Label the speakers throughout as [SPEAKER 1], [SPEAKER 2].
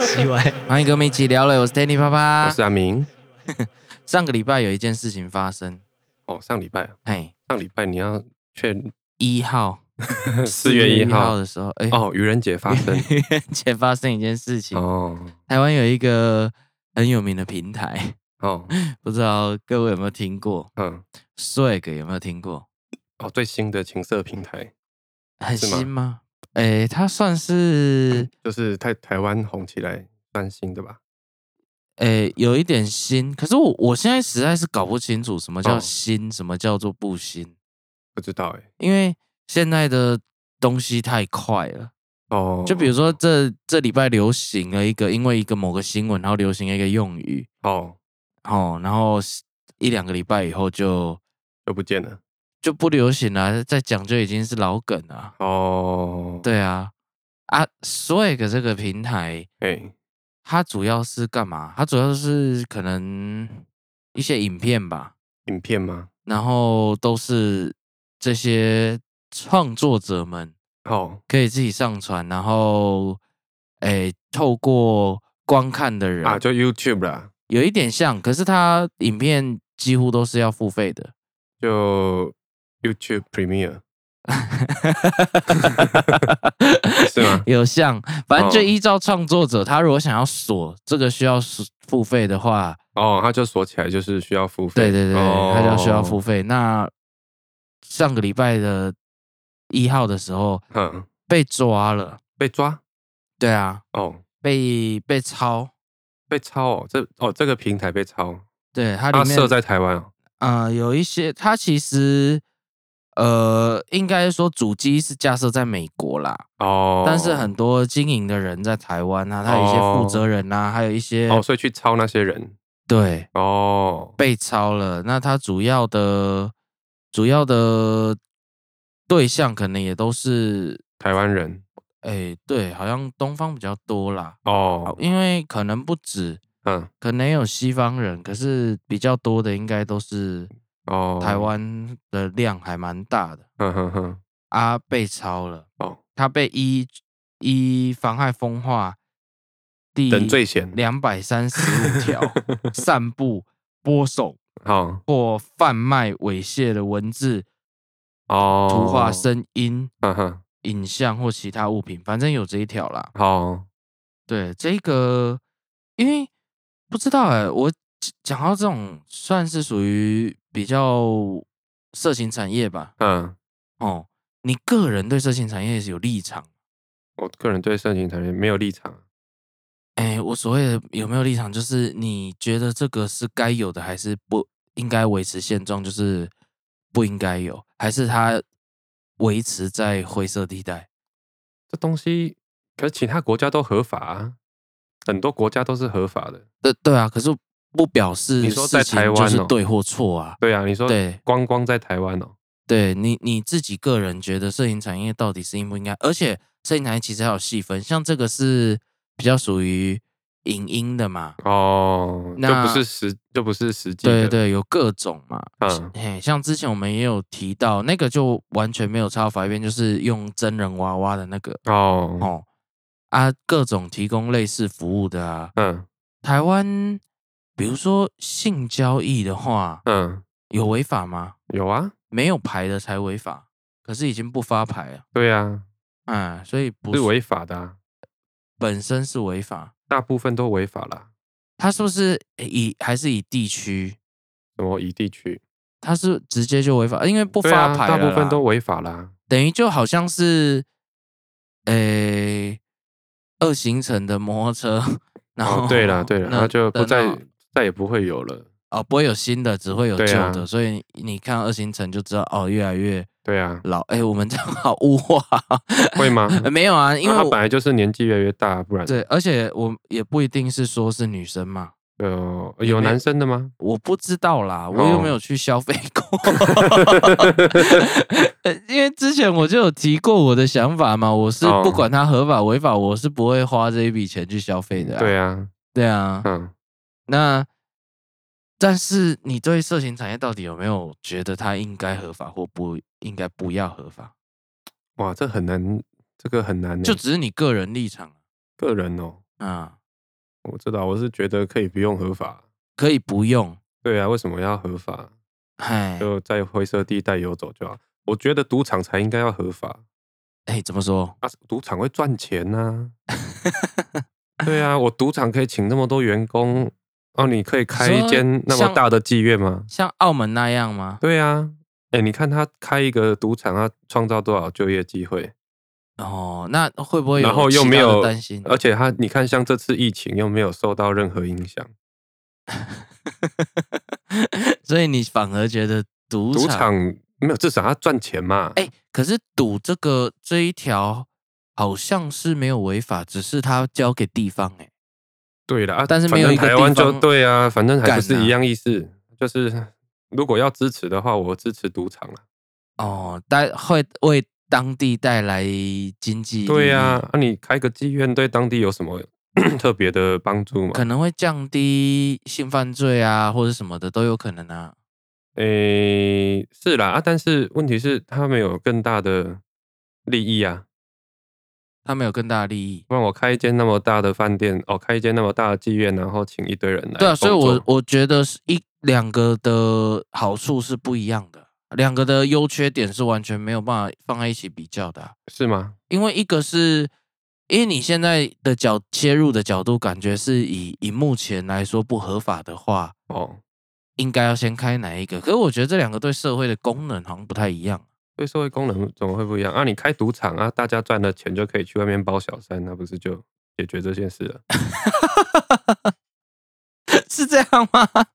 [SPEAKER 1] 奇怪，
[SPEAKER 2] 欢迎跟我们一起聊了，我是 Danny 爸
[SPEAKER 3] 我
[SPEAKER 2] 爸
[SPEAKER 3] 是。阿明。
[SPEAKER 2] 上个礼拜有一件事情发生，
[SPEAKER 3] 哦，上礼拜啊，
[SPEAKER 2] 嘿，
[SPEAKER 3] 上礼拜你要去
[SPEAKER 2] 一号，
[SPEAKER 3] 四月一
[SPEAKER 2] 1号
[SPEAKER 3] 号
[SPEAKER 2] 的时候，哎、
[SPEAKER 3] 哦，愚人节发生
[SPEAKER 2] 愚人节发生一件事情，
[SPEAKER 3] 哦
[SPEAKER 2] 台湾有一个很有名的平台，
[SPEAKER 3] 哦
[SPEAKER 2] 不知道各位有没有听过
[SPEAKER 3] 嗯
[SPEAKER 2] ？Swag 有没有听过？
[SPEAKER 3] 哦，最新的情色平台
[SPEAKER 2] 很
[SPEAKER 3] 是吗
[SPEAKER 2] 新吗？哎、它算是
[SPEAKER 3] 就是台台湾红起来算新的吧？
[SPEAKER 2] 诶、有一点新，可是我我现在实在是搞不清楚什么叫
[SPEAKER 3] 哦
[SPEAKER 2] 新，什么叫做不新，
[SPEAKER 3] 不知道哎
[SPEAKER 2] 因为现在的东西太快了。
[SPEAKER 3] 哦，
[SPEAKER 2] 就比如说这这礼拜流行了一个，因为一个某个新闻，然后流行了一个用语，
[SPEAKER 3] 哦
[SPEAKER 2] 哦，然后一两个礼拜以后就
[SPEAKER 3] 就不见了
[SPEAKER 2] 就不流行了，啊再讲就已经是老梗了啊。
[SPEAKER 3] 哦，
[SPEAKER 2] 对啊，啊，Swag 这个平台，
[SPEAKER 3] 哎
[SPEAKER 2] 它主要是干嘛？它主要是可能一些影片吧，
[SPEAKER 3] 影片吗？
[SPEAKER 2] 然后都是这些创作者们
[SPEAKER 3] 哦
[SPEAKER 2] 可以自己上传，然后诶透过观看的人、
[SPEAKER 3] 啊，就 YouTube 啦，
[SPEAKER 2] 有一点像，可是它影片几乎都是要付费的。
[SPEAKER 3] 就 YouTube Premiere 是吗
[SPEAKER 2] 有像，反正就
[SPEAKER 3] 哦
[SPEAKER 2] 依照创作者，他如果想要锁这个需要锁付费的话，
[SPEAKER 3] 哦，它就锁起来就是需要付费，
[SPEAKER 2] 对对对，
[SPEAKER 3] 哦
[SPEAKER 2] 他就需要付，费。那上个礼拜的一号的时候
[SPEAKER 3] 嗯，
[SPEAKER 2] 被抓了，
[SPEAKER 3] 被抓
[SPEAKER 2] 对啊，
[SPEAKER 3] 哦，
[SPEAKER 2] 被被抄，
[SPEAKER 3] 被抄哦，这哦这个平台被抄，
[SPEAKER 2] 对，它
[SPEAKER 3] 它
[SPEAKER 2] 里面
[SPEAKER 3] 设在台湾哦，
[SPEAKER 2] 呃有一些，它其实呃应该说主机是架设在美国啦，
[SPEAKER 3] 哦，
[SPEAKER 2] 但是很多经营的人在台湾啊，他有一些负责人啊，还有一些、
[SPEAKER 3] 哦，所以去抄那些人
[SPEAKER 2] 对
[SPEAKER 3] 哦，
[SPEAKER 2] 被抄了。那他主要的主要的对象可能也都是，
[SPEAKER 3] 台湾人
[SPEAKER 2] 哎、对，好像东方比较多啦，
[SPEAKER 3] 哦，
[SPEAKER 2] 因为可能不止，
[SPEAKER 3] 嗯，
[SPEAKER 2] 可能有西方人，可是比较多的应该都是
[SPEAKER 3] 哦，
[SPEAKER 2] 台，湾的量还蛮大的
[SPEAKER 3] 哼哼哼，
[SPEAKER 2] 啊，被抄了，
[SPEAKER 3] 哦，
[SPEAKER 2] 他被依依妨害风化第
[SPEAKER 3] 等罪嫌，
[SPEAKER 2] 两百三十五 条散布、播送
[SPEAKER 3] 好
[SPEAKER 2] 或贩卖猥亵的文字、
[SPEAKER 3] 哦，
[SPEAKER 2] 图画、，声音、
[SPEAKER 3] 嗯哼，
[SPEAKER 2] 影像或其他物品，反正有这一条啦。
[SPEAKER 3] 好，
[SPEAKER 2] 对，这个因为不知道哎、我讲讲到这种算是属于比较色情产业吧。
[SPEAKER 3] 嗯，
[SPEAKER 2] 哦，你个人对色情产业是有立场？
[SPEAKER 3] 我个人对色情产业没有立场，
[SPEAKER 2] 哎、我所谓的有没有立场，就是你觉得这个是该有的，还是不应该维持现状，就是不应该有，还是它维持在灰色地带？
[SPEAKER 3] 这东西，可是其他国家都合法啊，很多国家都是合法的，
[SPEAKER 2] 对对啊，可是不表示
[SPEAKER 3] 你说在
[SPEAKER 2] 事情
[SPEAKER 3] 台
[SPEAKER 2] 就
[SPEAKER 3] 湾
[SPEAKER 2] 是
[SPEAKER 3] 哦
[SPEAKER 2] 对或错啊。
[SPEAKER 3] 对啊，你说
[SPEAKER 2] 对，
[SPEAKER 3] 光光在台湾哦，
[SPEAKER 2] 对你你自己个人觉得摄影产业到底是应不应该？而且摄影产业其实还有细分，像这个是比较属于影音的嘛，
[SPEAKER 3] 哦，就
[SPEAKER 2] 那
[SPEAKER 3] 不是实，就不是实际
[SPEAKER 2] 对
[SPEAKER 3] 的，
[SPEAKER 2] 对，有各种嘛。
[SPEAKER 3] 嗯，
[SPEAKER 2] 嘿，像之前我们也有提到，那个就完全没有插法院，就是用真人娃娃的那个
[SPEAKER 3] 哦，
[SPEAKER 2] 哦啊，各种提供类似服务的啊。
[SPEAKER 3] 嗯
[SPEAKER 2] 台湾，比如说性交易的话，
[SPEAKER 3] 嗯，
[SPEAKER 2] 有违法吗？
[SPEAKER 3] 有啊，
[SPEAKER 2] 没有牌的才违法，可是已经不发牌了，
[SPEAKER 3] 对啊，
[SPEAKER 2] 嗯，所以不
[SPEAKER 3] 是
[SPEAKER 2] 是
[SPEAKER 3] 违法的啊。
[SPEAKER 2] 本身是违法。
[SPEAKER 3] 大部分都违法啦，
[SPEAKER 2] 它是不是以还是以地区？
[SPEAKER 3] 什么以地区
[SPEAKER 2] 它是直接就违法，因为不
[SPEAKER 3] 对
[SPEAKER 2] 发
[SPEAKER 3] 啊
[SPEAKER 2] 牌、
[SPEAKER 3] 大部分都违法啦。
[SPEAKER 2] 等于就好像是，诶、二行程的摩托车，然后、
[SPEAKER 3] 哦，对啦，对啦，
[SPEAKER 2] 那
[SPEAKER 3] 那就不
[SPEAKER 2] 的
[SPEAKER 3] 再
[SPEAKER 2] 那种
[SPEAKER 3] 再也不会有了。
[SPEAKER 2] 哦，不会有新的，只会有旧
[SPEAKER 3] 对啊
[SPEAKER 2] 的，所以你看二行程就知道哦，越来越，
[SPEAKER 3] 对啊
[SPEAKER 2] 老。哎、我们这样好物化，
[SPEAKER 3] 会吗？
[SPEAKER 2] 呃没有啊，因为
[SPEAKER 3] 嗯他
[SPEAKER 2] 我
[SPEAKER 3] 本来就是年纪越来越大，不然
[SPEAKER 2] 对，而且我也不一定是说是女生嘛，
[SPEAKER 3] 呃
[SPEAKER 2] 没有
[SPEAKER 3] 有男生 的吗？
[SPEAKER 2] 我不知道啦，我又没
[SPEAKER 3] 哦
[SPEAKER 2] 有去消费过， 呃因为之前我就有提过我的想法嘛，我是
[SPEAKER 3] 哦
[SPEAKER 2] 不管它合法违法，我是不会花这一笔钱去消费的、啊。
[SPEAKER 3] 对啊，
[SPEAKER 2] 对啊，
[SPEAKER 3] 嗯，
[SPEAKER 2] 那但是你对色情产业到底有没有觉得它应该合法或不应该不要合法？
[SPEAKER 3] 哇，这很难，这个很难欸。
[SPEAKER 2] 就只是你个人立场啊，
[SPEAKER 3] 个人哦，
[SPEAKER 2] 啊，
[SPEAKER 3] 我知道，我是觉得可以不用合法。
[SPEAKER 2] 可以不用，哎
[SPEAKER 3] 对啊，为什么要合法？
[SPEAKER 2] 嗨，
[SPEAKER 3] 就在灰色地带游走就好。我觉得赌场才应该要合法
[SPEAKER 2] 哎，怎么说？
[SPEAKER 3] 啊，赌场会赚钱 呐、对啊，我赌场可以请那么多员工，哦，你可以开一间那么大的妓院吗？
[SPEAKER 2] 像澳门那样吗？
[SPEAKER 3] 对啊，哎，你看他开一个赌场，他创造多少就业机会？
[SPEAKER 2] 哦，那会不会有
[SPEAKER 3] 然后又
[SPEAKER 2] 其他
[SPEAKER 3] 没
[SPEAKER 2] 的
[SPEAKER 3] 有呃
[SPEAKER 2] 担心？
[SPEAKER 3] 而且他，你看像这次疫情又没有受到任何影响，
[SPEAKER 2] 所以你反而觉得赌
[SPEAKER 3] 赌场没有，至少他赚钱嘛。
[SPEAKER 2] 哎、可是赌这个这一条好像是没有违法，只是他交给地方哎、
[SPEAKER 3] 对了啊，
[SPEAKER 2] 但是
[SPEAKER 3] 反
[SPEAKER 2] 没有
[SPEAKER 3] 正
[SPEAKER 2] 一个
[SPEAKER 3] 台湾
[SPEAKER 2] 地
[SPEAKER 3] 就
[SPEAKER 2] 方
[SPEAKER 3] 对啊，反正还
[SPEAKER 2] 敢
[SPEAKER 3] 不是
[SPEAKER 2] 啊
[SPEAKER 3] 一样意思，就是如果要支持的话，我支持赌场啊。
[SPEAKER 2] 哦，带会为当地带来经济利益
[SPEAKER 3] 对啊，
[SPEAKER 2] 嗯
[SPEAKER 3] 那、你开个妓院对当地有什么 特别的帮助吗
[SPEAKER 2] 可？能会降低性犯罪啊或者什么的都有可能啊。
[SPEAKER 3] 诶、是啦啊，但是问题是他没有更大的利益啊。
[SPEAKER 2] 他们有更大的利益。
[SPEAKER 3] 不然我开一间那么大的饭店，哦，开一间那么大的妓院，然后请一堆人来工作。
[SPEAKER 2] 对啊，所以我我觉得是一两个的好处是不一样的，两个的优缺点是完全没有办法放在一起比较的啊、
[SPEAKER 3] 是吗？
[SPEAKER 2] 因为一个是，因为你现在的角切入的角度，感觉是以以目前来说不合法的话，
[SPEAKER 3] 哦，
[SPEAKER 2] 应该要先开哪一个？可是我觉得这两个对社会的功能好像不太一样。啊
[SPEAKER 3] 对社会功能怎么会不一样啊？你开赌场啊，大家赚了钱就可以去外面包小三，那不是就解决这件事了？
[SPEAKER 2] 是这样吗？
[SPEAKER 3] 啊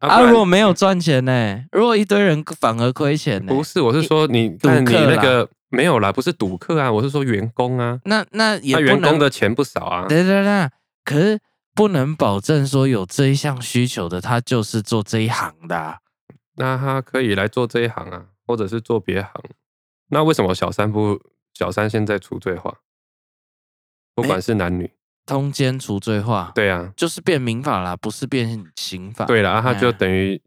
[SPEAKER 2] 啊，
[SPEAKER 3] 不然
[SPEAKER 2] 如果没有赚钱呢、如果一堆人反而亏钱呢、
[SPEAKER 3] 不是，我是说你
[SPEAKER 2] 赌
[SPEAKER 3] 看你
[SPEAKER 2] 客
[SPEAKER 3] 那
[SPEAKER 2] 啦
[SPEAKER 3] 个没有啦，不是赌客啊，我是说员工啊，
[SPEAKER 2] 那那也
[SPEAKER 3] 他
[SPEAKER 2] 不
[SPEAKER 3] 员
[SPEAKER 2] 能
[SPEAKER 3] 工的钱不少啊。
[SPEAKER 2] 对对对，可是不能保证说有这一项需求的，他就是做这一行的啊、
[SPEAKER 3] 那他可以来做这一行啊，或者是做别行。那为什么小三不小三现在除罪化？不
[SPEAKER 2] 哎
[SPEAKER 3] 管是男女，
[SPEAKER 2] 通奸除罪化，，
[SPEAKER 3] 对啊，
[SPEAKER 2] 就是变民法啦，不是变刑法。
[SPEAKER 3] 对了，啊、他就
[SPEAKER 2] 哎
[SPEAKER 3] 等于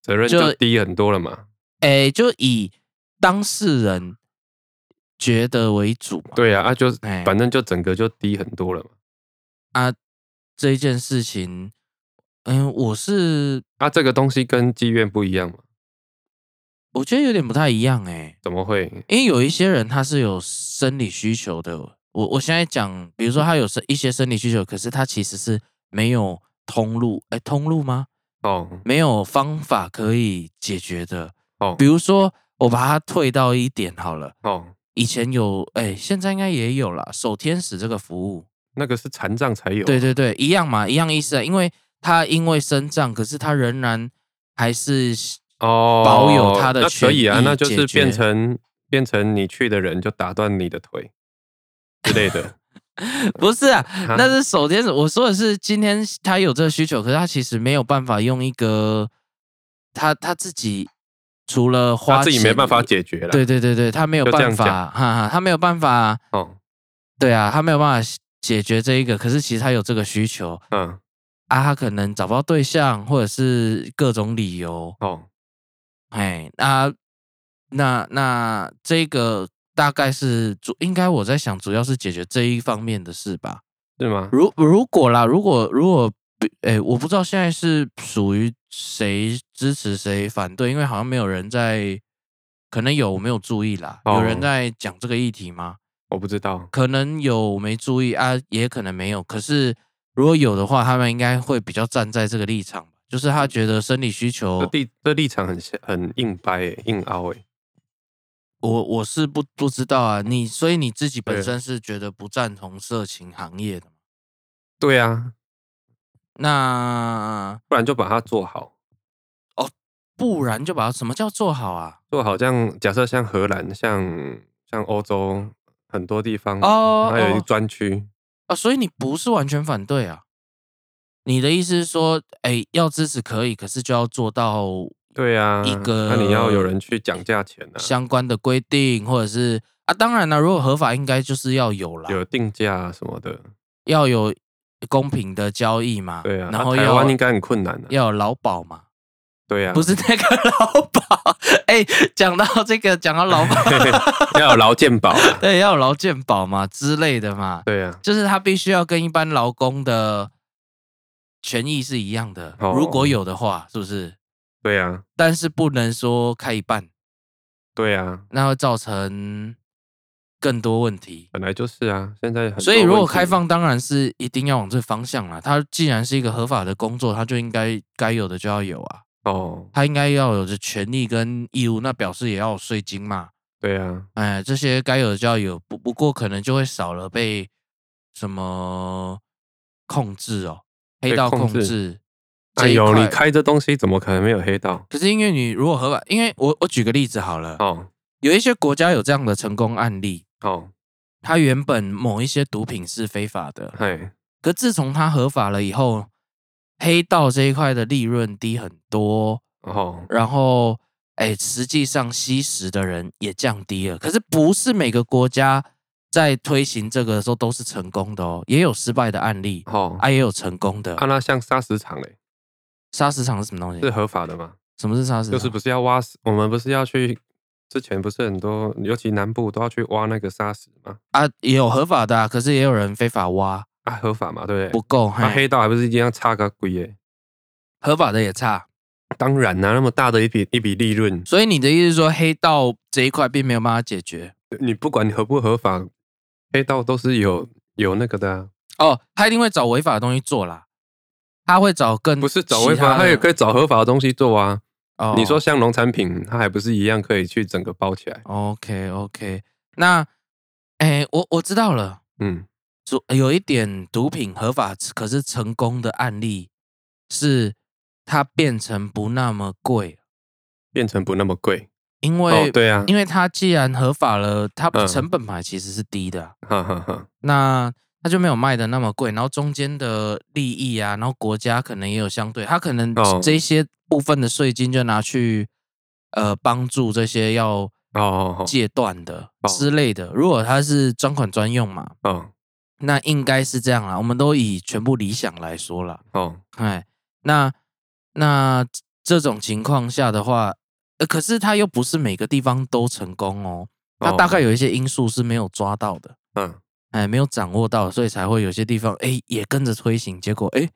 [SPEAKER 3] 责任就
[SPEAKER 2] 就
[SPEAKER 3] 低很多了嘛。
[SPEAKER 2] 哎，就以当事人觉得为主嘛。，
[SPEAKER 3] 对啊，啊就
[SPEAKER 2] 哎
[SPEAKER 3] 反正就整个就低很多了嘛。
[SPEAKER 2] 这一件事情，嗯，我是
[SPEAKER 3] 啊，这个东西跟妓院不一样嘛？
[SPEAKER 2] 我觉得有点不太一样哎、
[SPEAKER 3] 怎么会？
[SPEAKER 2] 因为有一些人他是有生理需求的。我我现在讲，比如说他有生一些生理需求，可是他其实是没有通路，哎，通路吗？
[SPEAKER 3] 哦
[SPEAKER 2] 没有方法可以解决的。
[SPEAKER 3] 哦
[SPEAKER 2] 比如说，我把它退到一点好了，
[SPEAKER 3] 哦，
[SPEAKER 2] 以前有，哎，现在应该也有啦，守天使这个服务，
[SPEAKER 3] 那个是残障才有。啊
[SPEAKER 2] 对对对，一样嘛，一样意思啊。因为他因为生障，可是他仍然还 是
[SPEAKER 3] 哦，
[SPEAKER 2] 保有他的
[SPEAKER 3] 那可以啊，
[SPEAKER 2] 权益
[SPEAKER 3] 那就是
[SPEAKER 2] 解决
[SPEAKER 3] 变成变成你去的人就打断你的腿之 类的。
[SPEAKER 2] 不是啊？
[SPEAKER 3] 啊
[SPEAKER 2] 那是守天使。我说的是，今天他有这个需求，可是他其实没有办法用一个他他自己除了花
[SPEAKER 3] 他自己没
[SPEAKER 2] 钱
[SPEAKER 3] 办法解决了。啊
[SPEAKER 2] 对对对对，他没有
[SPEAKER 3] 就这
[SPEAKER 2] 办
[SPEAKER 3] 样讲
[SPEAKER 2] 法，哈哈，他没有办法。
[SPEAKER 3] 哦，
[SPEAKER 2] 对啊，他没有办法解决这一个，可是其实他有这个需求
[SPEAKER 3] 嗯，
[SPEAKER 2] 啊，他可能找不到对象，或者是各种理由，
[SPEAKER 3] 哦，
[SPEAKER 2] 哎，那那那这个大概是主，应该我在想，主要是解决这一方面的事吧。
[SPEAKER 3] 是吗？
[SPEAKER 2] 如如果啦，如果如果，哎，我不知道现在是属于谁支持谁反对，因为好像没有人在，可能有我没有注意啦，有人
[SPEAKER 3] 哦
[SPEAKER 2] 在讲这个议题吗？
[SPEAKER 3] 我不知道。
[SPEAKER 2] 可能有没注意啊，也可能没有。可是如果有的话，他们应该会比较站在这个立场吧，就是他觉得生理需
[SPEAKER 3] 这
[SPEAKER 2] 求，
[SPEAKER 3] 立这立场很像很硬掰欸、硬凹诶、
[SPEAKER 2] 我我是不不知道啊。你所以你自己本
[SPEAKER 3] 对
[SPEAKER 2] 身是觉得不赞同色情行业的嘛
[SPEAKER 3] 对啊，
[SPEAKER 2] 那
[SPEAKER 3] 不然就把它做好，
[SPEAKER 2] 不然就把它什么叫做好啊？
[SPEAKER 3] 做好像假设像荷兰、像像欧洲很多地方，
[SPEAKER 2] 哦
[SPEAKER 3] 它嗯有一
[SPEAKER 2] 哦
[SPEAKER 3] 个专区。
[SPEAKER 2] 啊，所以你不是完全反对啊？你的意思是说，哎，要支持可以，可是就要做到
[SPEAKER 3] 对啊，
[SPEAKER 2] 一个
[SPEAKER 3] 那你要有人去讲价钱啊，
[SPEAKER 2] 相关的规定，或者是啊，当然了，如果合法，应该就是要有啦。
[SPEAKER 3] 有定价啊什么的。
[SPEAKER 2] 要有公平的交易嘛，
[SPEAKER 3] 对啊，
[SPEAKER 2] 然
[SPEAKER 3] 啊
[SPEAKER 2] 后
[SPEAKER 3] 台
[SPEAKER 2] 要
[SPEAKER 3] 湾应该很困难的、啊。
[SPEAKER 2] 要有劳保嘛，
[SPEAKER 3] 对啊 呀、
[SPEAKER 2] 不是那个劳保。哎、讲到这个，讲到劳 保，
[SPEAKER 3] 要有劳健保啊，
[SPEAKER 2] 对，要有劳健保嘛之类的嘛，
[SPEAKER 3] 对啊呀、
[SPEAKER 2] 就是他必须要跟一般劳工的权益是一样的，
[SPEAKER 3] 哦
[SPEAKER 2] 如果有的话，是不是？
[SPEAKER 3] 对呀、
[SPEAKER 2] 但是不能说开一半，
[SPEAKER 3] 对啊呀、
[SPEAKER 2] 那会造成更多问题。
[SPEAKER 3] 本来就是啊，现在很多
[SPEAKER 2] 所以，如果
[SPEAKER 3] 问题
[SPEAKER 2] 开，放，当然是一定要往这方向啦。它既然是一个合法的工作，它就应该该有的就要有啊，
[SPEAKER 3] 哦，
[SPEAKER 2] 它应该要有的权利跟义务，那表示也要有税金嘛。
[SPEAKER 3] 对啊呀、
[SPEAKER 2] 哎，这些该有的就要有，不不过可能就会少了被什么控制哦，黑
[SPEAKER 3] 被
[SPEAKER 2] 道
[SPEAKER 3] 控
[SPEAKER 2] 控
[SPEAKER 3] 制
[SPEAKER 2] 制。这
[SPEAKER 3] 哎
[SPEAKER 2] 一
[SPEAKER 3] 呦，
[SPEAKER 2] 块
[SPEAKER 3] 你开这东西怎么可能没有黑道？
[SPEAKER 2] 可是因为你如果合法，因为我我举个例子好了，
[SPEAKER 3] 哦
[SPEAKER 2] 有一些国家有这样的成功案例，
[SPEAKER 3] 哦，
[SPEAKER 2] 它原本某一些毒品是非法的，
[SPEAKER 3] 嘿，
[SPEAKER 2] 可自从它合法了以后，黑道这一块的利润低很多，
[SPEAKER 3] 哦
[SPEAKER 2] 然后哎，实际上吸食的人也降低了。可是不是每个国家在推行这个的时候都是成功的哦，也有失败的案例，
[SPEAKER 3] 哦，
[SPEAKER 2] 啊，也有成功的
[SPEAKER 3] 啊，。那像砂石场嘞，
[SPEAKER 2] 砂石场是什么东
[SPEAKER 3] 是
[SPEAKER 2] 西？
[SPEAKER 3] 合法的吗？
[SPEAKER 2] 什么是啊砂石场？
[SPEAKER 3] 就是不是要挖死？我们不是要去？之前不是很多，尤其南部都要去挖那个砂石吗？
[SPEAKER 2] 啊，也有合法的、啊，可是也有人非法挖，
[SPEAKER 3] 啊，合法嘛，对不
[SPEAKER 2] 不
[SPEAKER 3] 对？
[SPEAKER 2] 够，
[SPEAKER 3] 那、
[SPEAKER 2] 嘿
[SPEAKER 3] 啊黑道还不是一样差个鬼耶？
[SPEAKER 2] 合法的也差。
[SPEAKER 3] 当然啦、那么大的一笔一笔利润，
[SPEAKER 2] 所以你的意思是说，黑道这一块并没有办法解决
[SPEAKER 3] 你不管合不合法，黑道都是有有那个的、啊，
[SPEAKER 2] 哦，他一定会找违法的东西做啦，他会找更
[SPEAKER 3] 不是找违法，他也可
[SPEAKER 2] 以。
[SPEAKER 3] 以找合法的东西做啊。
[SPEAKER 2] 哦
[SPEAKER 3] 你说像农产品，它还不是一样可以去整个包起来？
[SPEAKER 2] OK OK，那哎，我我知道了，
[SPEAKER 3] 嗯，
[SPEAKER 2] 主有一点毒品合法可是成功的案例是它变成不那么贵，
[SPEAKER 3] 变成不那么贵。
[SPEAKER 2] 因为、
[SPEAKER 3] 哦，对啊，
[SPEAKER 2] 因为它既然合法了，它
[SPEAKER 3] 嗯
[SPEAKER 2] 成本牌其实是低的啊、
[SPEAKER 3] 哈哈哈，
[SPEAKER 2] 那它就没有卖的那么贵，然后中间的利益啊，然后国家可能也有相对，它可能
[SPEAKER 3] 哦
[SPEAKER 2] 这些部分的税金就拿去呃帮助这些要
[SPEAKER 3] 哦哦
[SPEAKER 2] 戒断的
[SPEAKER 3] 哦
[SPEAKER 2] 之类的。如果它是专款专用嘛，
[SPEAKER 3] 哦哦
[SPEAKER 2] 那应该是这样啦。我们都以全部理想来说啦，
[SPEAKER 3] 哦，
[SPEAKER 2] 哎，那那这种情况下的话，呃，可是它又不是每个地方都成功哦，它大概有一些因素是没有抓到的。
[SPEAKER 3] 嗯，
[SPEAKER 2] 哎，没有掌握到，所以才会有些地方哎也跟着推行，结果哎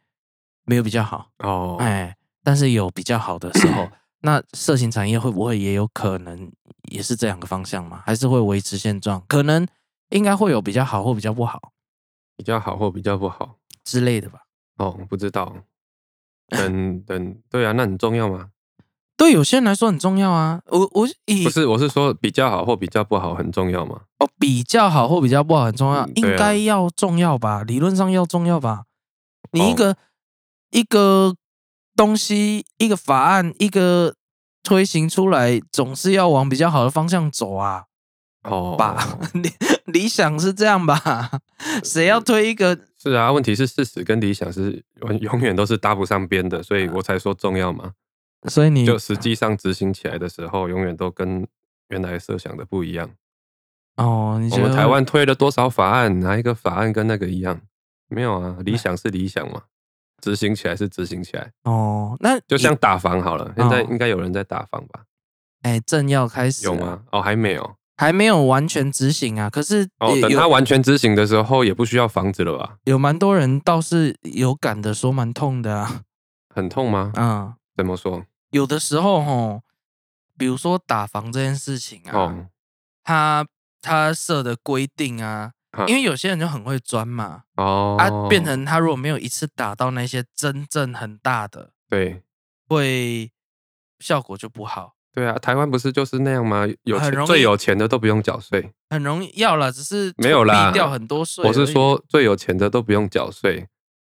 [SPEAKER 2] 没有比较好，
[SPEAKER 3] 哦，
[SPEAKER 2] 哎，但是有比较好的时候， 那色情产业会不会也有可能也是这两个方向嘛？还是会维持现状？可能应该会有比较好或比较不好
[SPEAKER 3] 比较好或比较不好，
[SPEAKER 2] 之类的吧？
[SPEAKER 3] 哦，不知道。 等等，对啊，那很重要吗？
[SPEAKER 2] 对有些人来说很重要啊。我我以
[SPEAKER 3] 不是，我是说比较好或比较不好很重要吗？
[SPEAKER 2] 哦比较好或比较不好很重要，
[SPEAKER 3] 嗯对啊
[SPEAKER 2] 应该要重要吧？理论上要重要吧？你一
[SPEAKER 3] 哦
[SPEAKER 2] 个、一个东西，一个法案，一个推行出来，总是要往比较好的方向走啊，
[SPEAKER 3] 哦，
[SPEAKER 2] 吧？ 理理想是这样吧？谁要推一个？
[SPEAKER 3] 是啊，问题是事实跟理想是永永远都是搭不上边的，所以我才说重要嘛。
[SPEAKER 2] 所以哎你
[SPEAKER 3] 就实际上执行起来的时候，永远都跟原来设想的不一样。
[SPEAKER 2] 哦，你
[SPEAKER 3] 我
[SPEAKER 2] 觉得
[SPEAKER 3] 们台湾推了多少法案，哪一个法案跟那个一样？没有啊，
[SPEAKER 2] 哎
[SPEAKER 3] 理想是理想嘛，执行起来是执行起来。
[SPEAKER 2] 哦，那
[SPEAKER 3] 就
[SPEAKER 2] 你
[SPEAKER 3] 像打房好了，现在
[SPEAKER 2] 哦啊
[SPEAKER 3] 应该有人在打房吧？
[SPEAKER 2] 哎，正要开始
[SPEAKER 3] 有
[SPEAKER 2] 了？
[SPEAKER 3] 吗？哦，还没有。
[SPEAKER 2] 还没有完全执行啊，可是
[SPEAKER 3] 哦，
[SPEAKER 2] 也
[SPEAKER 3] 等
[SPEAKER 2] 有嗯
[SPEAKER 3] 他完全执行的时候，也不需要房子了吧？
[SPEAKER 2] 有蛮多人倒是有感的说蛮痛的啊，
[SPEAKER 3] 很痛吗？
[SPEAKER 2] 嗯。
[SPEAKER 3] 怎么说？
[SPEAKER 2] 有的时候吼，比如说打房这件事情啊，
[SPEAKER 3] 哦，
[SPEAKER 2] 他他设的规定啊，
[SPEAKER 3] 啊
[SPEAKER 2] 因为有些人就很会钻嘛，
[SPEAKER 3] 哦，
[SPEAKER 2] 啊，变成他如果没有一次打到那些真正很大的，
[SPEAKER 3] 对
[SPEAKER 2] 会效果就不好，
[SPEAKER 3] 对啊，台湾不是就是那样吗？有
[SPEAKER 2] 很容
[SPEAKER 3] 钱
[SPEAKER 2] 易
[SPEAKER 3] 最有钱的都不用缴税，
[SPEAKER 2] 很容易要了，只是
[SPEAKER 3] 没有啦
[SPEAKER 2] 避掉很多税而已。
[SPEAKER 3] 我是说最有钱的都不用缴税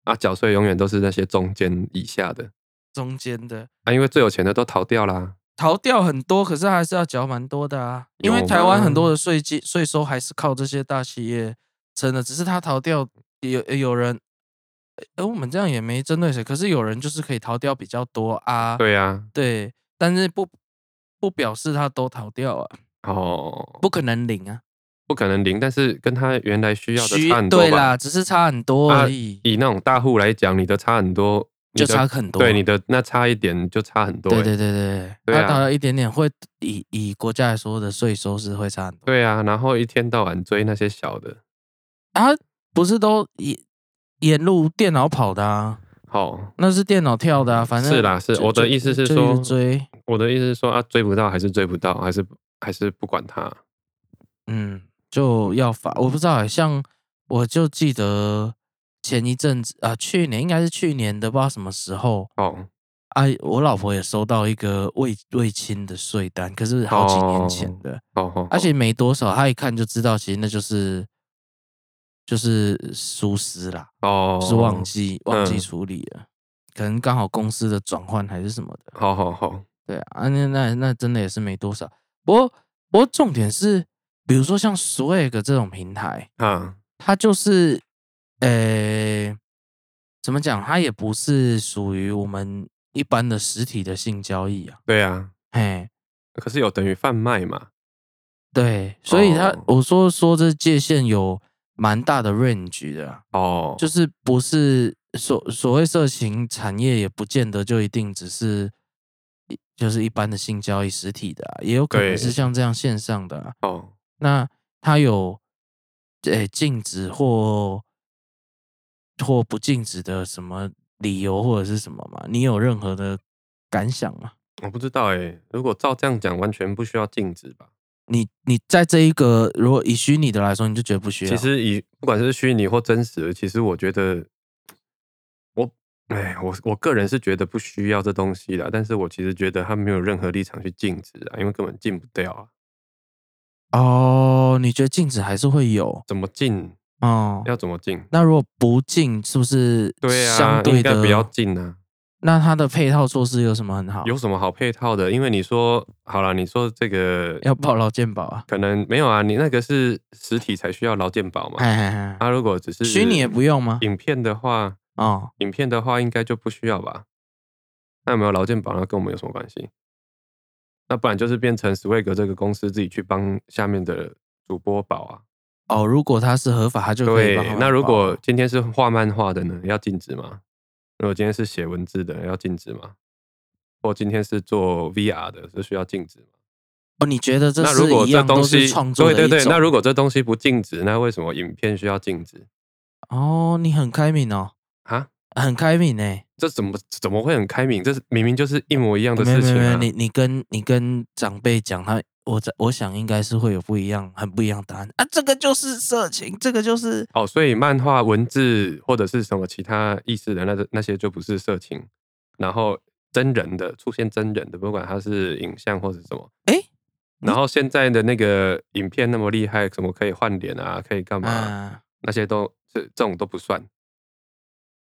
[SPEAKER 3] 啊，缴税永远都是那些中间以下的
[SPEAKER 2] 中间的
[SPEAKER 3] 啊，因为最有钱的都逃掉啦。
[SPEAKER 2] 逃掉很多，可是还是要缴蛮多的啊，因为
[SPEAKER 3] 有
[SPEAKER 2] 台湾
[SPEAKER 3] 吗
[SPEAKER 2] 很多的税金税收还是靠这些大企业撑的，只是他逃掉有有人，呃，我们这样也没针对谁，可是有人就是可以逃掉比较多啊，
[SPEAKER 3] 对啊，
[SPEAKER 2] 对但是不不表示他都逃掉啊，
[SPEAKER 3] 哦，
[SPEAKER 2] 不可能零啊，
[SPEAKER 3] 不可能零，但是跟他原来需要的
[SPEAKER 2] 需
[SPEAKER 3] 差很多
[SPEAKER 2] 对
[SPEAKER 3] 吧
[SPEAKER 2] 啦，？只是差很多
[SPEAKER 3] 啊
[SPEAKER 2] 而已，
[SPEAKER 3] 以那种大户来讲，你的差很多，你的
[SPEAKER 2] 就差很多。
[SPEAKER 3] 对你的那差一点就差很多、欸。
[SPEAKER 2] 对对对对，
[SPEAKER 3] 对
[SPEAKER 2] 它
[SPEAKER 3] 啊
[SPEAKER 2] 达到一点点会以以国家来说的税收是会差很多。
[SPEAKER 3] 对啊，然后一天到晚追那些小的，
[SPEAKER 2] 它不是都沿沿路电脑跑的啊，
[SPEAKER 3] 好、
[SPEAKER 2] 那是电脑跳的啊，反正
[SPEAKER 3] 是啦是
[SPEAKER 2] 就
[SPEAKER 3] 我的
[SPEAKER 2] 就
[SPEAKER 3] 意思是
[SPEAKER 2] 就
[SPEAKER 3] 说
[SPEAKER 2] 一直追，
[SPEAKER 3] 我的意思是说啊，追不到还是追不到，还是还是不管它。
[SPEAKER 2] 嗯，就要罚。我不知道欸，像我就记得前一阵子啊，去年应该是去年的，不知道什么时候
[SPEAKER 3] 哦，
[SPEAKER 2] 啊，我老婆也收到一个未未清的税单，可是好几年前的，
[SPEAKER 3] 好好，
[SPEAKER 2] 而且没多少，她一看就知道，其实那就是就是疏失啦。
[SPEAKER 3] 哦，
[SPEAKER 2] 就是忘，记忘记
[SPEAKER 3] 嗯
[SPEAKER 2] 处理了，可能刚好公司的转换还是什么的。
[SPEAKER 3] 好好好，
[SPEAKER 2] 对啊啊，那那那真的也是没多少。不过不过重点是，比如说像 Swag 这种平台，
[SPEAKER 3] 啊，
[SPEAKER 2] 它就是呃怎么讲，它也不是属于我们一般的实体的性交易啊。
[SPEAKER 3] 对啊，
[SPEAKER 2] 嘿，
[SPEAKER 3] 可是有等于贩卖嘛，
[SPEAKER 2] 对，所以它、
[SPEAKER 3] 哦
[SPEAKER 2] 我说说这界限有蛮大的 range 的啊、
[SPEAKER 3] 哦，
[SPEAKER 2] 就是是不是所所谓色情产业，也不见得就一定只是一就是一般的性交易实体的、啊，也有可能
[SPEAKER 3] 对
[SPEAKER 2] 是像这样线上的、啊。
[SPEAKER 3] 哦，
[SPEAKER 2] 那它有诶、禁止或或不禁止的什么理由或者是什么吗？你有任何的感想吗？
[SPEAKER 3] 我不知道哎、如果照这样讲，完全不需要禁止吧？
[SPEAKER 2] 你你在这一个如果以虚拟的来说，你就觉得不需要。
[SPEAKER 3] 其实以不管是虚拟或真实的，其实我觉得，我哎，我我个人是觉得不需要这东西的，但是我其实觉得他没有任何立场去禁止啊，因为根本禁不掉啊，
[SPEAKER 2] 哦，你觉得禁止还是会有
[SPEAKER 3] 怎么禁？
[SPEAKER 2] 哦？
[SPEAKER 3] 要怎么禁？
[SPEAKER 2] 那如果不进，是不是
[SPEAKER 3] 对啊，
[SPEAKER 2] 相对
[SPEAKER 3] 应该
[SPEAKER 2] 的
[SPEAKER 3] 不要禁啊。
[SPEAKER 2] 那它的配套措施有什么很好？
[SPEAKER 3] 有什么好配套的？因为你说好了，你说这个
[SPEAKER 2] 要报劳健保 啊？
[SPEAKER 3] 可能没有啊，你那个是实体才需要劳健保嘛。
[SPEAKER 2] 哎哎哎，
[SPEAKER 3] 啊，如果只是
[SPEAKER 2] 虚拟也不用吗？啊
[SPEAKER 3] 影片的话，
[SPEAKER 2] 哦，
[SPEAKER 3] 影片的话应该就不需要吧？那有没有劳健保，那跟我们有什么关系？那不然就是变成 Swag 这个公司自己去帮下面的主播保啊。
[SPEAKER 2] 哦，如果它是合法，它就可以
[SPEAKER 3] 对
[SPEAKER 2] 帮他，们
[SPEAKER 3] 那如
[SPEAKER 2] 报啊
[SPEAKER 3] 果今天是画漫画的呢，要禁止吗？如果今天是写文字的，要禁止吗？或今天是做 VR 的，是需要禁止吗？
[SPEAKER 2] 哦，你觉得这
[SPEAKER 3] 那如
[SPEAKER 2] 是
[SPEAKER 3] 果
[SPEAKER 2] 一
[SPEAKER 3] 这
[SPEAKER 2] 样
[SPEAKER 3] 东
[SPEAKER 2] 都
[SPEAKER 3] 西
[SPEAKER 2] 是创作的
[SPEAKER 3] 对
[SPEAKER 2] 一
[SPEAKER 3] 对
[SPEAKER 2] 种？
[SPEAKER 3] 对，那如果这东西不禁止，那为什么影片需要禁止
[SPEAKER 2] 哦，你很开明哦，
[SPEAKER 3] 啊？
[SPEAKER 2] 很开明呢、
[SPEAKER 3] 这怎么怎么会很开明？这是明明就是一模一样的
[SPEAKER 2] 没有
[SPEAKER 3] 事
[SPEAKER 2] 没有
[SPEAKER 3] 情
[SPEAKER 2] 没有，
[SPEAKER 3] 啊！
[SPEAKER 2] 你你跟你跟长辈讲他。我在我想应该是会有不一样，很不一样的答案啊！这个就是色情，这个就是
[SPEAKER 3] 哦，所以漫画文字或者是什么其他意思的那那些就不是色情，然后真人的出现真人的，不管它是影像或者什么，
[SPEAKER 2] 诶嗯
[SPEAKER 3] 然后现在的那个影片那么厉害，什么可以换脸啊，可以干嘛、
[SPEAKER 2] 嗯、
[SPEAKER 3] 那些都这这种都不算。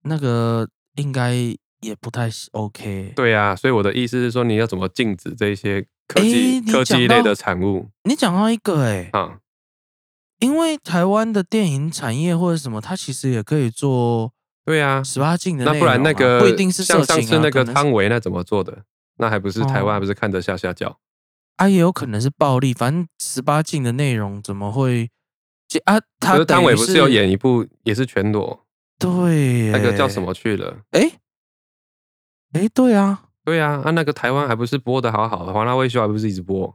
[SPEAKER 2] 那个应该也不太是 OK。
[SPEAKER 3] 对啊，所以我的意思是说，你要怎么禁止这一些科
[SPEAKER 2] 诶
[SPEAKER 3] 技
[SPEAKER 2] 你
[SPEAKER 3] 科
[SPEAKER 2] 讲
[SPEAKER 3] 技类
[SPEAKER 2] 到
[SPEAKER 3] 的产物
[SPEAKER 2] 你讲到一个哎、
[SPEAKER 3] 啊？
[SPEAKER 2] 因为台湾的电影产业或者什么，它其实也可以做
[SPEAKER 3] 对啊，
[SPEAKER 2] 十八禁的内
[SPEAKER 3] 那
[SPEAKER 2] 容啊、
[SPEAKER 3] 不然那个
[SPEAKER 2] 不一定是色
[SPEAKER 3] 像
[SPEAKER 2] 情、啊、
[SPEAKER 3] 上次那个
[SPEAKER 2] 可能是
[SPEAKER 3] 汤唯那怎么做的？那还不是台湾
[SPEAKER 2] 哦
[SPEAKER 3] 还不是看得下下叫？
[SPEAKER 2] 啊，也有可能是暴力。反正十八禁的内容怎么会？这啊，
[SPEAKER 3] 可
[SPEAKER 2] 他
[SPEAKER 3] 是汤唯不
[SPEAKER 2] 是
[SPEAKER 3] 是有演一部也是全裸，
[SPEAKER 2] 对耶
[SPEAKER 3] 那个叫什？么去了？
[SPEAKER 2] 哎、哎、对啊，
[SPEAKER 3] 对啊，啊那个台湾还不是播的好好的，华纳维修还不是一直播？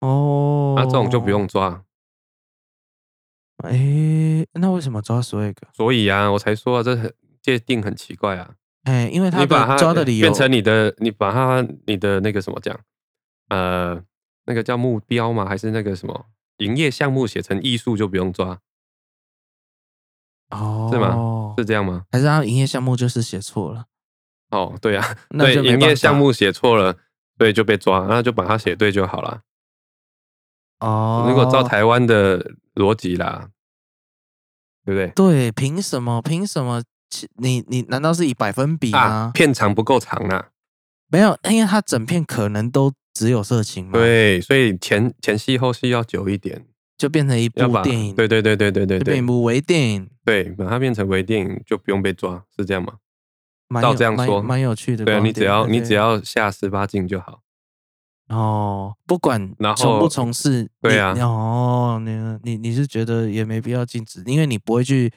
[SPEAKER 3] 啊
[SPEAKER 2] 哦，
[SPEAKER 3] 那、这种就不。用抓。
[SPEAKER 2] 哎、那为什么抓 swag？
[SPEAKER 3] 所以啊，我才说啊，这很界定很奇怪啊。
[SPEAKER 2] 哎、因为他
[SPEAKER 3] 你把
[SPEAKER 2] 的
[SPEAKER 3] 它
[SPEAKER 2] 抓的理由
[SPEAKER 3] 变成你的，你把它你的那个什么讲，呃，那个叫目标吗？还是那个什么营业项目写成艺术就不用抓，
[SPEAKER 2] 哦，
[SPEAKER 3] 是吗？是这样吗？
[SPEAKER 2] 还是他营业项目就是写错了？
[SPEAKER 3] 哦，对啊，
[SPEAKER 2] 那
[SPEAKER 3] 对
[SPEAKER 2] 就没
[SPEAKER 3] 营
[SPEAKER 2] 办
[SPEAKER 3] 业
[SPEAKER 2] 法
[SPEAKER 3] 项目写错了，对就被抓，那就把它写对就好了。
[SPEAKER 2] 哦，
[SPEAKER 3] 如果照台湾的逻辑啦，对不对？
[SPEAKER 2] 对，凭什么？凭什么其？你你难道是以百分比吗？
[SPEAKER 3] 啊，片长不够长啊，
[SPEAKER 2] 没有，因为它整片可能都只有色情嘛，，
[SPEAKER 3] 对，所以前前戏后戏要久一点，
[SPEAKER 2] 就变成一
[SPEAKER 3] 要
[SPEAKER 2] 部
[SPEAKER 3] 把
[SPEAKER 2] 电影，
[SPEAKER 3] 对对对对对对
[SPEAKER 2] 就变成一
[SPEAKER 3] 对
[SPEAKER 2] 部微电影，
[SPEAKER 3] 对，把它变成微电影就不用被抓，是这样吗？
[SPEAKER 2] 蛮
[SPEAKER 3] 照
[SPEAKER 2] 有
[SPEAKER 3] 这样
[SPEAKER 2] 蛮
[SPEAKER 3] 说
[SPEAKER 2] 蛮有趣的
[SPEAKER 3] 对
[SPEAKER 2] 观
[SPEAKER 3] 啊，
[SPEAKER 2] 点。
[SPEAKER 3] 你只要你
[SPEAKER 2] 对
[SPEAKER 3] 只要下十八禁就好。
[SPEAKER 2] 哦，不管
[SPEAKER 3] 然
[SPEAKER 2] 从不
[SPEAKER 3] 后
[SPEAKER 2] 从事，
[SPEAKER 3] 对
[SPEAKER 2] 你
[SPEAKER 3] 啊
[SPEAKER 2] 哦，你你你是觉得也没必要禁止，因为你不会去，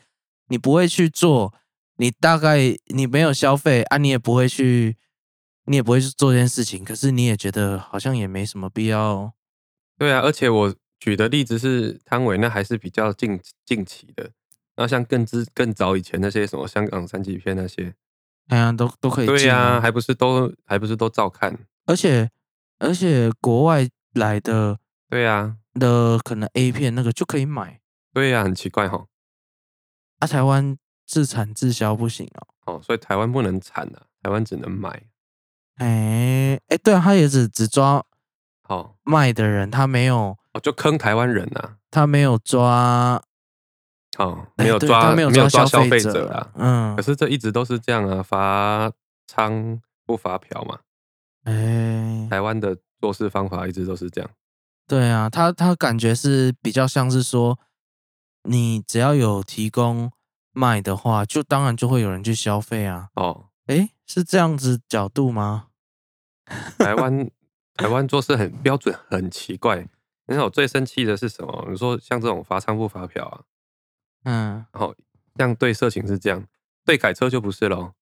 [SPEAKER 2] 你不会去做你大概你没有消费啊，你也不会去，你也不会去做这件事情，可是你也觉得好像也没什么必要。
[SPEAKER 3] 对啊，而且我举的例子是汤唯，那还是比较近近期的。那像更之更早以前那些什么香港三级片那些，
[SPEAKER 2] 哎呀，都都可以
[SPEAKER 3] 对
[SPEAKER 2] 进
[SPEAKER 3] 呀、
[SPEAKER 2] 啊
[SPEAKER 3] 还不是都还不是都照看？
[SPEAKER 2] 而且而且国外来的
[SPEAKER 3] 对呀、
[SPEAKER 2] 的可能 A 片那个就可以买，
[SPEAKER 3] 对呀、很奇怪哈。
[SPEAKER 2] 啊，台湾自产自销不行哦。
[SPEAKER 3] 哦，所以台湾不能产啊，台湾只能买。
[SPEAKER 2] 哎哎，对啊，他也只只抓
[SPEAKER 3] 哦
[SPEAKER 2] 卖的人，他没有
[SPEAKER 3] 哦，就坑台湾人啊。
[SPEAKER 2] 他没有抓，
[SPEAKER 3] 哦，
[SPEAKER 2] 哎
[SPEAKER 3] 没有
[SPEAKER 2] 对
[SPEAKER 3] 抓、
[SPEAKER 2] 他没有
[SPEAKER 3] 有抓
[SPEAKER 2] 消
[SPEAKER 3] 费
[SPEAKER 2] 者
[SPEAKER 3] 者啊。
[SPEAKER 2] 嗯
[SPEAKER 3] 可，是这一直都是这样啊，罚娼不罚嫖嘛。
[SPEAKER 2] 哎，
[SPEAKER 3] 台湾的做事方法一直都是这样。
[SPEAKER 2] 对啊，他他感觉是比较像是说，你只要有提供卖的话，就当然就会有人去消费啊。
[SPEAKER 3] 哦，
[SPEAKER 2] 哎，是这样子角度吗？
[SPEAKER 3] 台湾台湾做事很标准，很奇怪。你看我最生气的是什么？你说像这种罚娼不罚嫖啊，
[SPEAKER 2] 嗯，
[SPEAKER 3] 然后像对色情是这样，对改车就不是喽。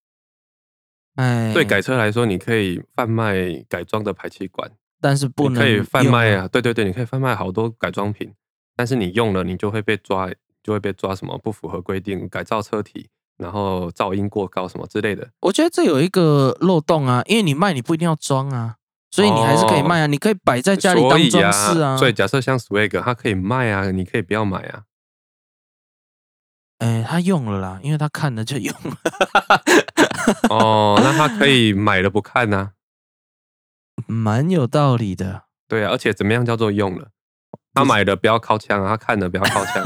[SPEAKER 2] 哎，
[SPEAKER 3] 对改，车来说，你可以贩卖改装的排气管，
[SPEAKER 2] 但是不
[SPEAKER 3] 你
[SPEAKER 2] 能
[SPEAKER 3] 可以贩
[SPEAKER 2] 用
[SPEAKER 3] 卖啊，对对对，你可以贩卖好多改装品，但是你用了，你就会被抓，就会被抓什么不符合规定、改造车体，然后噪音过高什么之类的。
[SPEAKER 2] 我觉得这有一个漏洞啊，因为你卖你不一定要装啊，所以你还是可以卖啊，你可以摆在家里
[SPEAKER 3] 哦所
[SPEAKER 2] 当
[SPEAKER 3] 以
[SPEAKER 2] 装饰
[SPEAKER 3] 啊，所以假设像 Swag，它可以卖啊，你可以不要买啊。
[SPEAKER 2] 哎、他用了啦，因为他看了就用了。
[SPEAKER 3] 哦，那他可以买了不看啊呐、
[SPEAKER 2] 蛮有道理的。
[SPEAKER 3] 对啊，而且怎么样叫做用了？他买了不要靠枪啊，他看了不要 靠枪，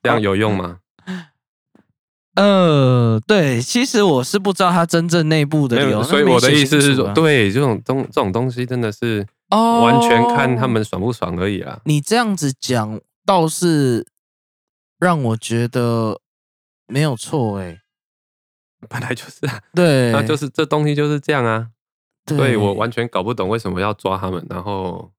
[SPEAKER 3] 这样有用
[SPEAKER 2] 哦
[SPEAKER 3] 吗？
[SPEAKER 2] 呃，对，其实我是不知道他真正内部的
[SPEAKER 3] 没
[SPEAKER 2] 理由，
[SPEAKER 3] 有，
[SPEAKER 2] 那
[SPEAKER 3] 所以
[SPEAKER 2] 没
[SPEAKER 3] 我的
[SPEAKER 2] 写
[SPEAKER 3] 意思是
[SPEAKER 2] 清楚
[SPEAKER 3] 说，
[SPEAKER 2] 啊，
[SPEAKER 3] 对这种东这种东西真的是
[SPEAKER 2] 哦，
[SPEAKER 3] 完全看他。们爽不爽而已啊啦。
[SPEAKER 2] 你这样子讲倒是让我觉得没有错哎、
[SPEAKER 3] 本来就是啊，
[SPEAKER 2] 对，
[SPEAKER 3] 那就是是这东西就是这样啊。
[SPEAKER 2] 对
[SPEAKER 3] 所以我完全搞不懂为什么要抓他们，然后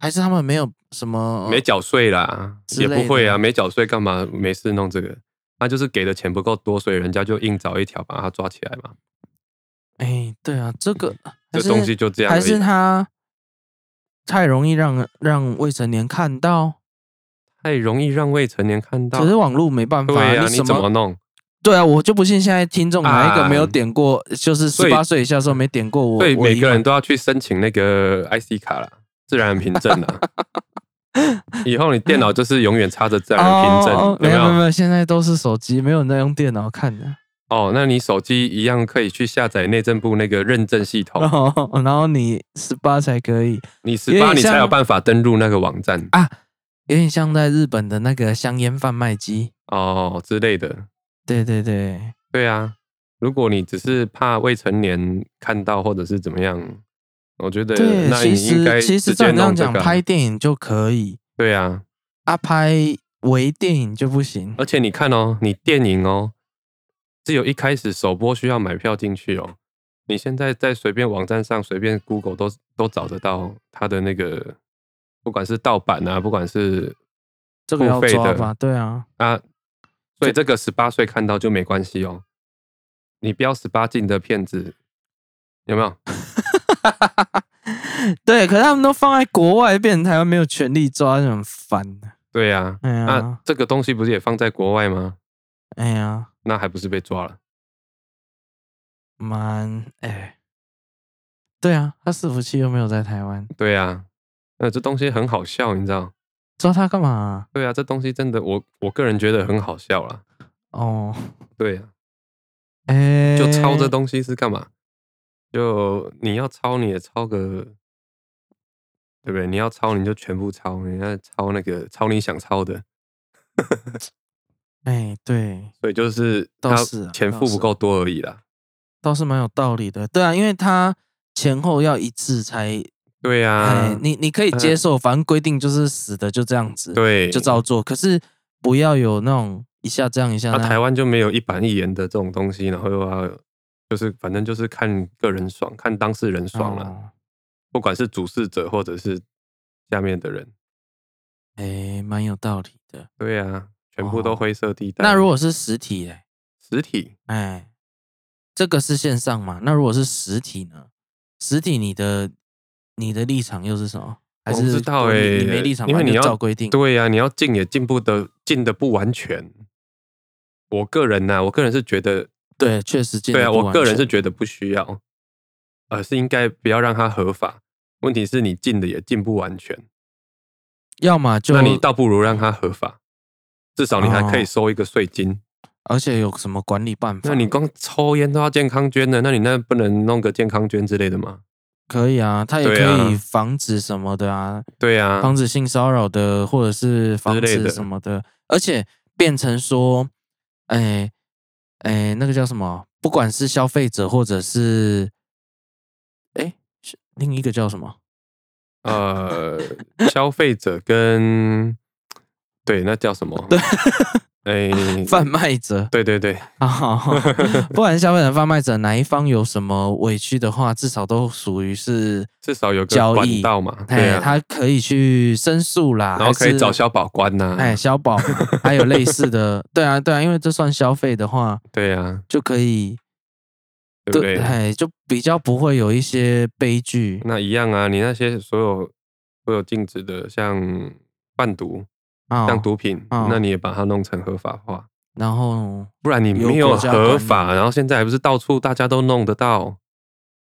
[SPEAKER 2] 还是他们没有什么
[SPEAKER 3] 没缴税啦，
[SPEAKER 2] 哦之
[SPEAKER 3] 也
[SPEAKER 2] 类
[SPEAKER 3] 不会
[SPEAKER 2] 的
[SPEAKER 3] 啊，没缴税干嘛没事弄这个？他就是给的钱不够多，所以人家就硬找一条把他抓起来嘛。
[SPEAKER 2] 哎、对啊，这个还
[SPEAKER 3] 嗯这
[SPEAKER 2] 是
[SPEAKER 3] 东西就这样而
[SPEAKER 2] 还
[SPEAKER 3] 已
[SPEAKER 2] 是
[SPEAKER 3] 啦。
[SPEAKER 2] 他太容易让让未成年看到，
[SPEAKER 3] 太容易让未成年看到
[SPEAKER 2] 可。是网络没办法，
[SPEAKER 3] 对呀、
[SPEAKER 2] 你
[SPEAKER 3] 你
[SPEAKER 2] 什
[SPEAKER 3] 怎么弄？
[SPEAKER 2] 对啊，我就不信现在听众哪一个没有点过，就是
[SPEAKER 3] 啊所
[SPEAKER 2] 十
[SPEAKER 3] 以
[SPEAKER 2] 八岁以下的时候没点过我。
[SPEAKER 3] 对，
[SPEAKER 2] 我一
[SPEAKER 3] 每个人
[SPEAKER 2] 样
[SPEAKER 3] 都要去申请那个 IC 卡啦，自然人凭 证啦。以后你电脑就是永远插着自然人凭证，
[SPEAKER 2] 哦哦
[SPEAKER 3] 有
[SPEAKER 2] 没
[SPEAKER 3] 没
[SPEAKER 2] 有没有
[SPEAKER 3] 有？
[SPEAKER 2] 没有，现在都是手机，没有人在用电脑看的。
[SPEAKER 3] 哦，那你手机一样可以去下载内政部那个认证系统
[SPEAKER 2] 然。
[SPEAKER 3] 哦
[SPEAKER 2] 后 然后你十八才可以，哦
[SPEAKER 3] 你
[SPEAKER 2] 有
[SPEAKER 3] 十
[SPEAKER 2] 点
[SPEAKER 3] 八你才有
[SPEAKER 2] 像
[SPEAKER 3] 办法登录那个网站
[SPEAKER 2] 有点像在日本的那个香烟贩卖机。
[SPEAKER 3] 哦之类的。
[SPEAKER 2] 对对对，
[SPEAKER 3] 对啊，如果你只是怕未成年看到或者是怎么样，我觉得
[SPEAKER 2] 对，
[SPEAKER 3] 那
[SPEAKER 2] 其
[SPEAKER 3] 你应该
[SPEAKER 2] 实其实
[SPEAKER 3] 直
[SPEAKER 2] 照
[SPEAKER 3] 接
[SPEAKER 2] 你这样
[SPEAKER 3] 弄这
[SPEAKER 2] 讲，
[SPEAKER 3] 个啊。
[SPEAKER 2] 拍电影就可以，
[SPEAKER 3] 对啊，
[SPEAKER 2] 啊拍微电影就不行。
[SPEAKER 3] 而且你看哦，你电影哦，只有一开始首播需要买票进去哦。你现在在随便网站上随便 Google 都都找得到它的那个，不管是盗版啊，不管是
[SPEAKER 2] 这个
[SPEAKER 3] 付
[SPEAKER 2] 要
[SPEAKER 3] 费
[SPEAKER 2] 抓
[SPEAKER 3] 的
[SPEAKER 2] 吧，对啊，
[SPEAKER 3] 啊，所以这个十八岁看到就没关系哦。你标十八禁的片子有没有？
[SPEAKER 2] 对，可是他们都放在国外，变成台湾没有权利抓，就很烦。
[SPEAKER 3] 对呀、
[SPEAKER 2] 哎
[SPEAKER 3] 啊，
[SPEAKER 2] 呀，
[SPEAKER 3] 那这个东西不是也放在国外吗？
[SPEAKER 2] 哎呀，
[SPEAKER 3] 那还不是被抓了？
[SPEAKER 2] 蛮哎，对啊，他伺服器又没有在台湾，
[SPEAKER 3] 对呀、啊，那这东西很好笑，你知道？
[SPEAKER 2] 抓他干嘛、
[SPEAKER 3] 对啊，这东西真的，我我个人觉得很好笑啦。
[SPEAKER 2] 哦，
[SPEAKER 3] 对呀、
[SPEAKER 2] 哎，
[SPEAKER 3] 就抄这东西是干嘛？就你要抄你也抄个，对不对？你要抄你就全部抄，你要抄那个抄你想抄的，
[SPEAKER 2] 哎，对，
[SPEAKER 3] 所以就是
[SPEAKER 2] 倒
[SPEAKER 3] 他
[SPEAKER 2] 是啊
[SPEAKER 3] 钱
[SPEAKER 2] 倒
[SPEAKER 3] 付
[SPEAKER 2] 是
[SPEAKER 3] 不
[SPEAKER 2] 啊
[SPEAKER 3] 够多而已啦。
[SPEAKER 2] 倒是蛮有道理的。对啊，因为他前后要一致才，
[SPEAKER 3] 对啊呀、
[SPEAKER 2] 哎，你你可以接
[SPEAKER 3] 嗯
[SPEAKER 2] 受，反正规定就是死的就这样子，，
[SPEAKER 3] 对，啊
[SPEAKER 2] 就照做。可是不要有那种一下这样一啊下
[SPEAKER 3] 那、
[SPEAKER 2] 那
[SPEAKER 3] 啊台
[SPEAKER 2] 样，
[SPEAKER 3] 湾就没有一板一眼的这种东西，然后又要就是反正就是看个人爽，看当事人爽了、
[SPEAKER 2] 哦
[SPEAKER 3] 不管是主事者或者是下面的人，
[SPEAKER 2] 哎，蛮有道理的。
[SPEAKER 3] 对啊，全部都
[SPEAKER 2] 哦
[SPEAKER 3] 灰色地带。啊
[SPEAKER 2] 那如果是实体嘞，
[SPEAKER 3] 实体
[SPEAKER 2] 哎，这个是线上嘛？那如果是实体呢？实体你的你的立场又是什么？还
[SPEAKER 3] 我不
[SPEAKER 2] 是
[SPEAKER 3] 知道
[SPEAKER 2] 你
[SPEAKER 3] 哎，
[SPEAKER 2] 你没立场，
[SPEAKER 3] 因为
[SPEAKER 2] 反正
[SPEAKER 3] 你要
[SPEAKER 2] 照规定。
[SPEAKER 3] 对啊呀、你要进也进不得，进的不完全。我个人呐、我个人是觉得，
[SPEAKER 2] 对，确实进
[SPEAKER 3] 对
[SPEAKER 2] 得
[SPEAKER 3] 啊，
[SPEAKER 2] 不
[SPEAKER 3] 我
[SPEAKER 2] 完
[SPEAKER 3] 个人
[SPEAKER 2] 全
[SPEAKER 3] 是觉得不需要，呃，是应该不要让它合法。问题是你进的也进不完全，
[SPEAKER 2] 要么就
[SPEAKER 3] 那你倒不如让它合法，至少你还可以
[SPEAKER 2] 哦
[SPEAKER 3] 收一个税金。
[SPEAKER 2] 而且有什么管理办法？
[SPEAKER 3] 那你光抽烟都要健康捐的，那你那不能弄个健康捐之类的吗？
[SPEAKER 2] 可以啊，它也
[SPEAKER 3] 对
[SPEAKER 2] 可以
[SPEAKER 3] 啊
[SPEAKER 2] 防止什么的啊，
[SPEAKER 3] 对啊，
[SPEAKER 2] 防止性骚扰的，或者是防
[SPEAKER 3] 类
[SPEAKER 2] 止
[SPEAKER 3] 的
[SPEAKER 2] 什么的，而且变成说，哎哎，那个叫什么？不管是消费者或者是，哎，是另一个叫什么？
[SPEAKER 3] 呃，消费者跟对那叫什么？对，哎，
[SPEAKER 2] 贩卖者
[SPEAKER 3] 对对对，
[SPEAKER 2] 啊，不管是消费者、贩卖者哪一方有什么委屈的话，至少都属于是，
[SPEAKER 3] 至少有
[SPEAKER 2] 交
[SPEAKER 3] 个
[SPEAKER 2] 易
[SPEAKER 3] 管道嘛，对
[SPEAKER 2] 哎，
[SPEAKER 3] 啊，
[SPEAKER 2] 他可以去申诉啦，
[SPEAKER 3] 然后可以找
[SPEAKER 2] 还是
[SPEAKER 3] 消保官呐，
[SPEAKER 2] 哎，消 保还有类似的，对啊，对啊，因为这算消费的话，
[SPEAKER 3] 对啊，
[SPEAKER 2] 就可以
[SPEAKER 3] 对不对？
[SPEAKER 2] 哎，就比较不会有一些悲剧。
[SPEAKER 3] 那一样啊，你那些所有所有禁止的，像贩毒、
[SPEAKER 2] 啊、
[SPEAKER 3] 像毒品，
[SPEAKER 2] 哦
[SPEAKER 3] 那你也把它弄成合法化，
[SPEAKER 2] 然后
[SPEAKER 3] 不然你
[SPEAKER 2] 有
[SPEAKER 3] 没有
[SPEAKER 2] 国家
[SPEAKER 3] 合
[SPEAKER 2] 管理
[SPEAKER 3] 法，然后现在还不是到处大家都弄得到？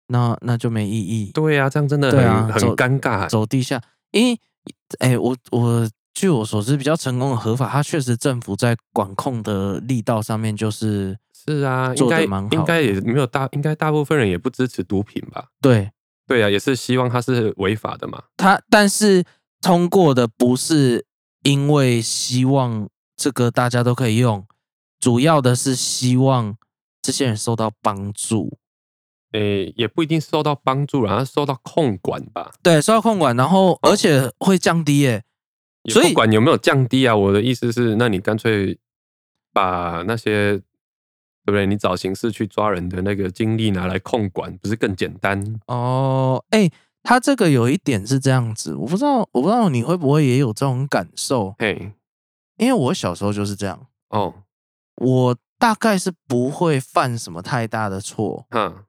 [SPEAKER 2] 那那就没意义，
[SPEAKER 3] 对啊，这样真的
[SPEAKER 2] 对
[SPEAKER 3] 很、
[SPEAKER 2] 啊
[SPEAKER 3] 很
[SPEAKER 2] 走
[SPEAKER 3] 尴尬、
[SPEAKER 2] 走地下。因为，哎，我我据我所知，比较成功的合法，它确实政府在管控的力道上面就是
[SPEAKER 3] 是啊，应
[SPEAKER 2] 做得
[SPEAKER 3] 该
[SPEAKER 2] 蛮好
[SPEAKER 3] 应该也没有大，应该大部分人也不支持毒品吧？
[SPEAKER 2] 对
[SPEAKER 3] 对啊，也是希望它是违法的嘛。
[SPEAKER 2] 它，但是通过的不是因为希望这个大家都可以用，主要的是希望这些人受到帮助。
[SPEAKER 3] 诶、也不一定受到帮助啦，然后受到控管吧。
[SPEAKER 2] 对，受到控管，然后而且会降低耶、
[SPEAKER 3] 哦也
[SPEAKER 2] 所以
[SPEAKER 3] 不管有没有降低啊，我的意思是，那你干脆把那些对不对？你找刑事去抓人的那个精力拿来控管，不是更简单？
[SPEAKER 2] 哦，哎，他这个有一点是这样子，我不知道，我不知道你会不会也有这种感受，
[SPEAKER 3] 嘿，
[SPEAKER 2] 因为我小时候就是这样，
[SPEAKER 3] 哦，
[SPEAKER 2] 我大概是不会犯什么太大的错，
[SPEAKER 3] 哈，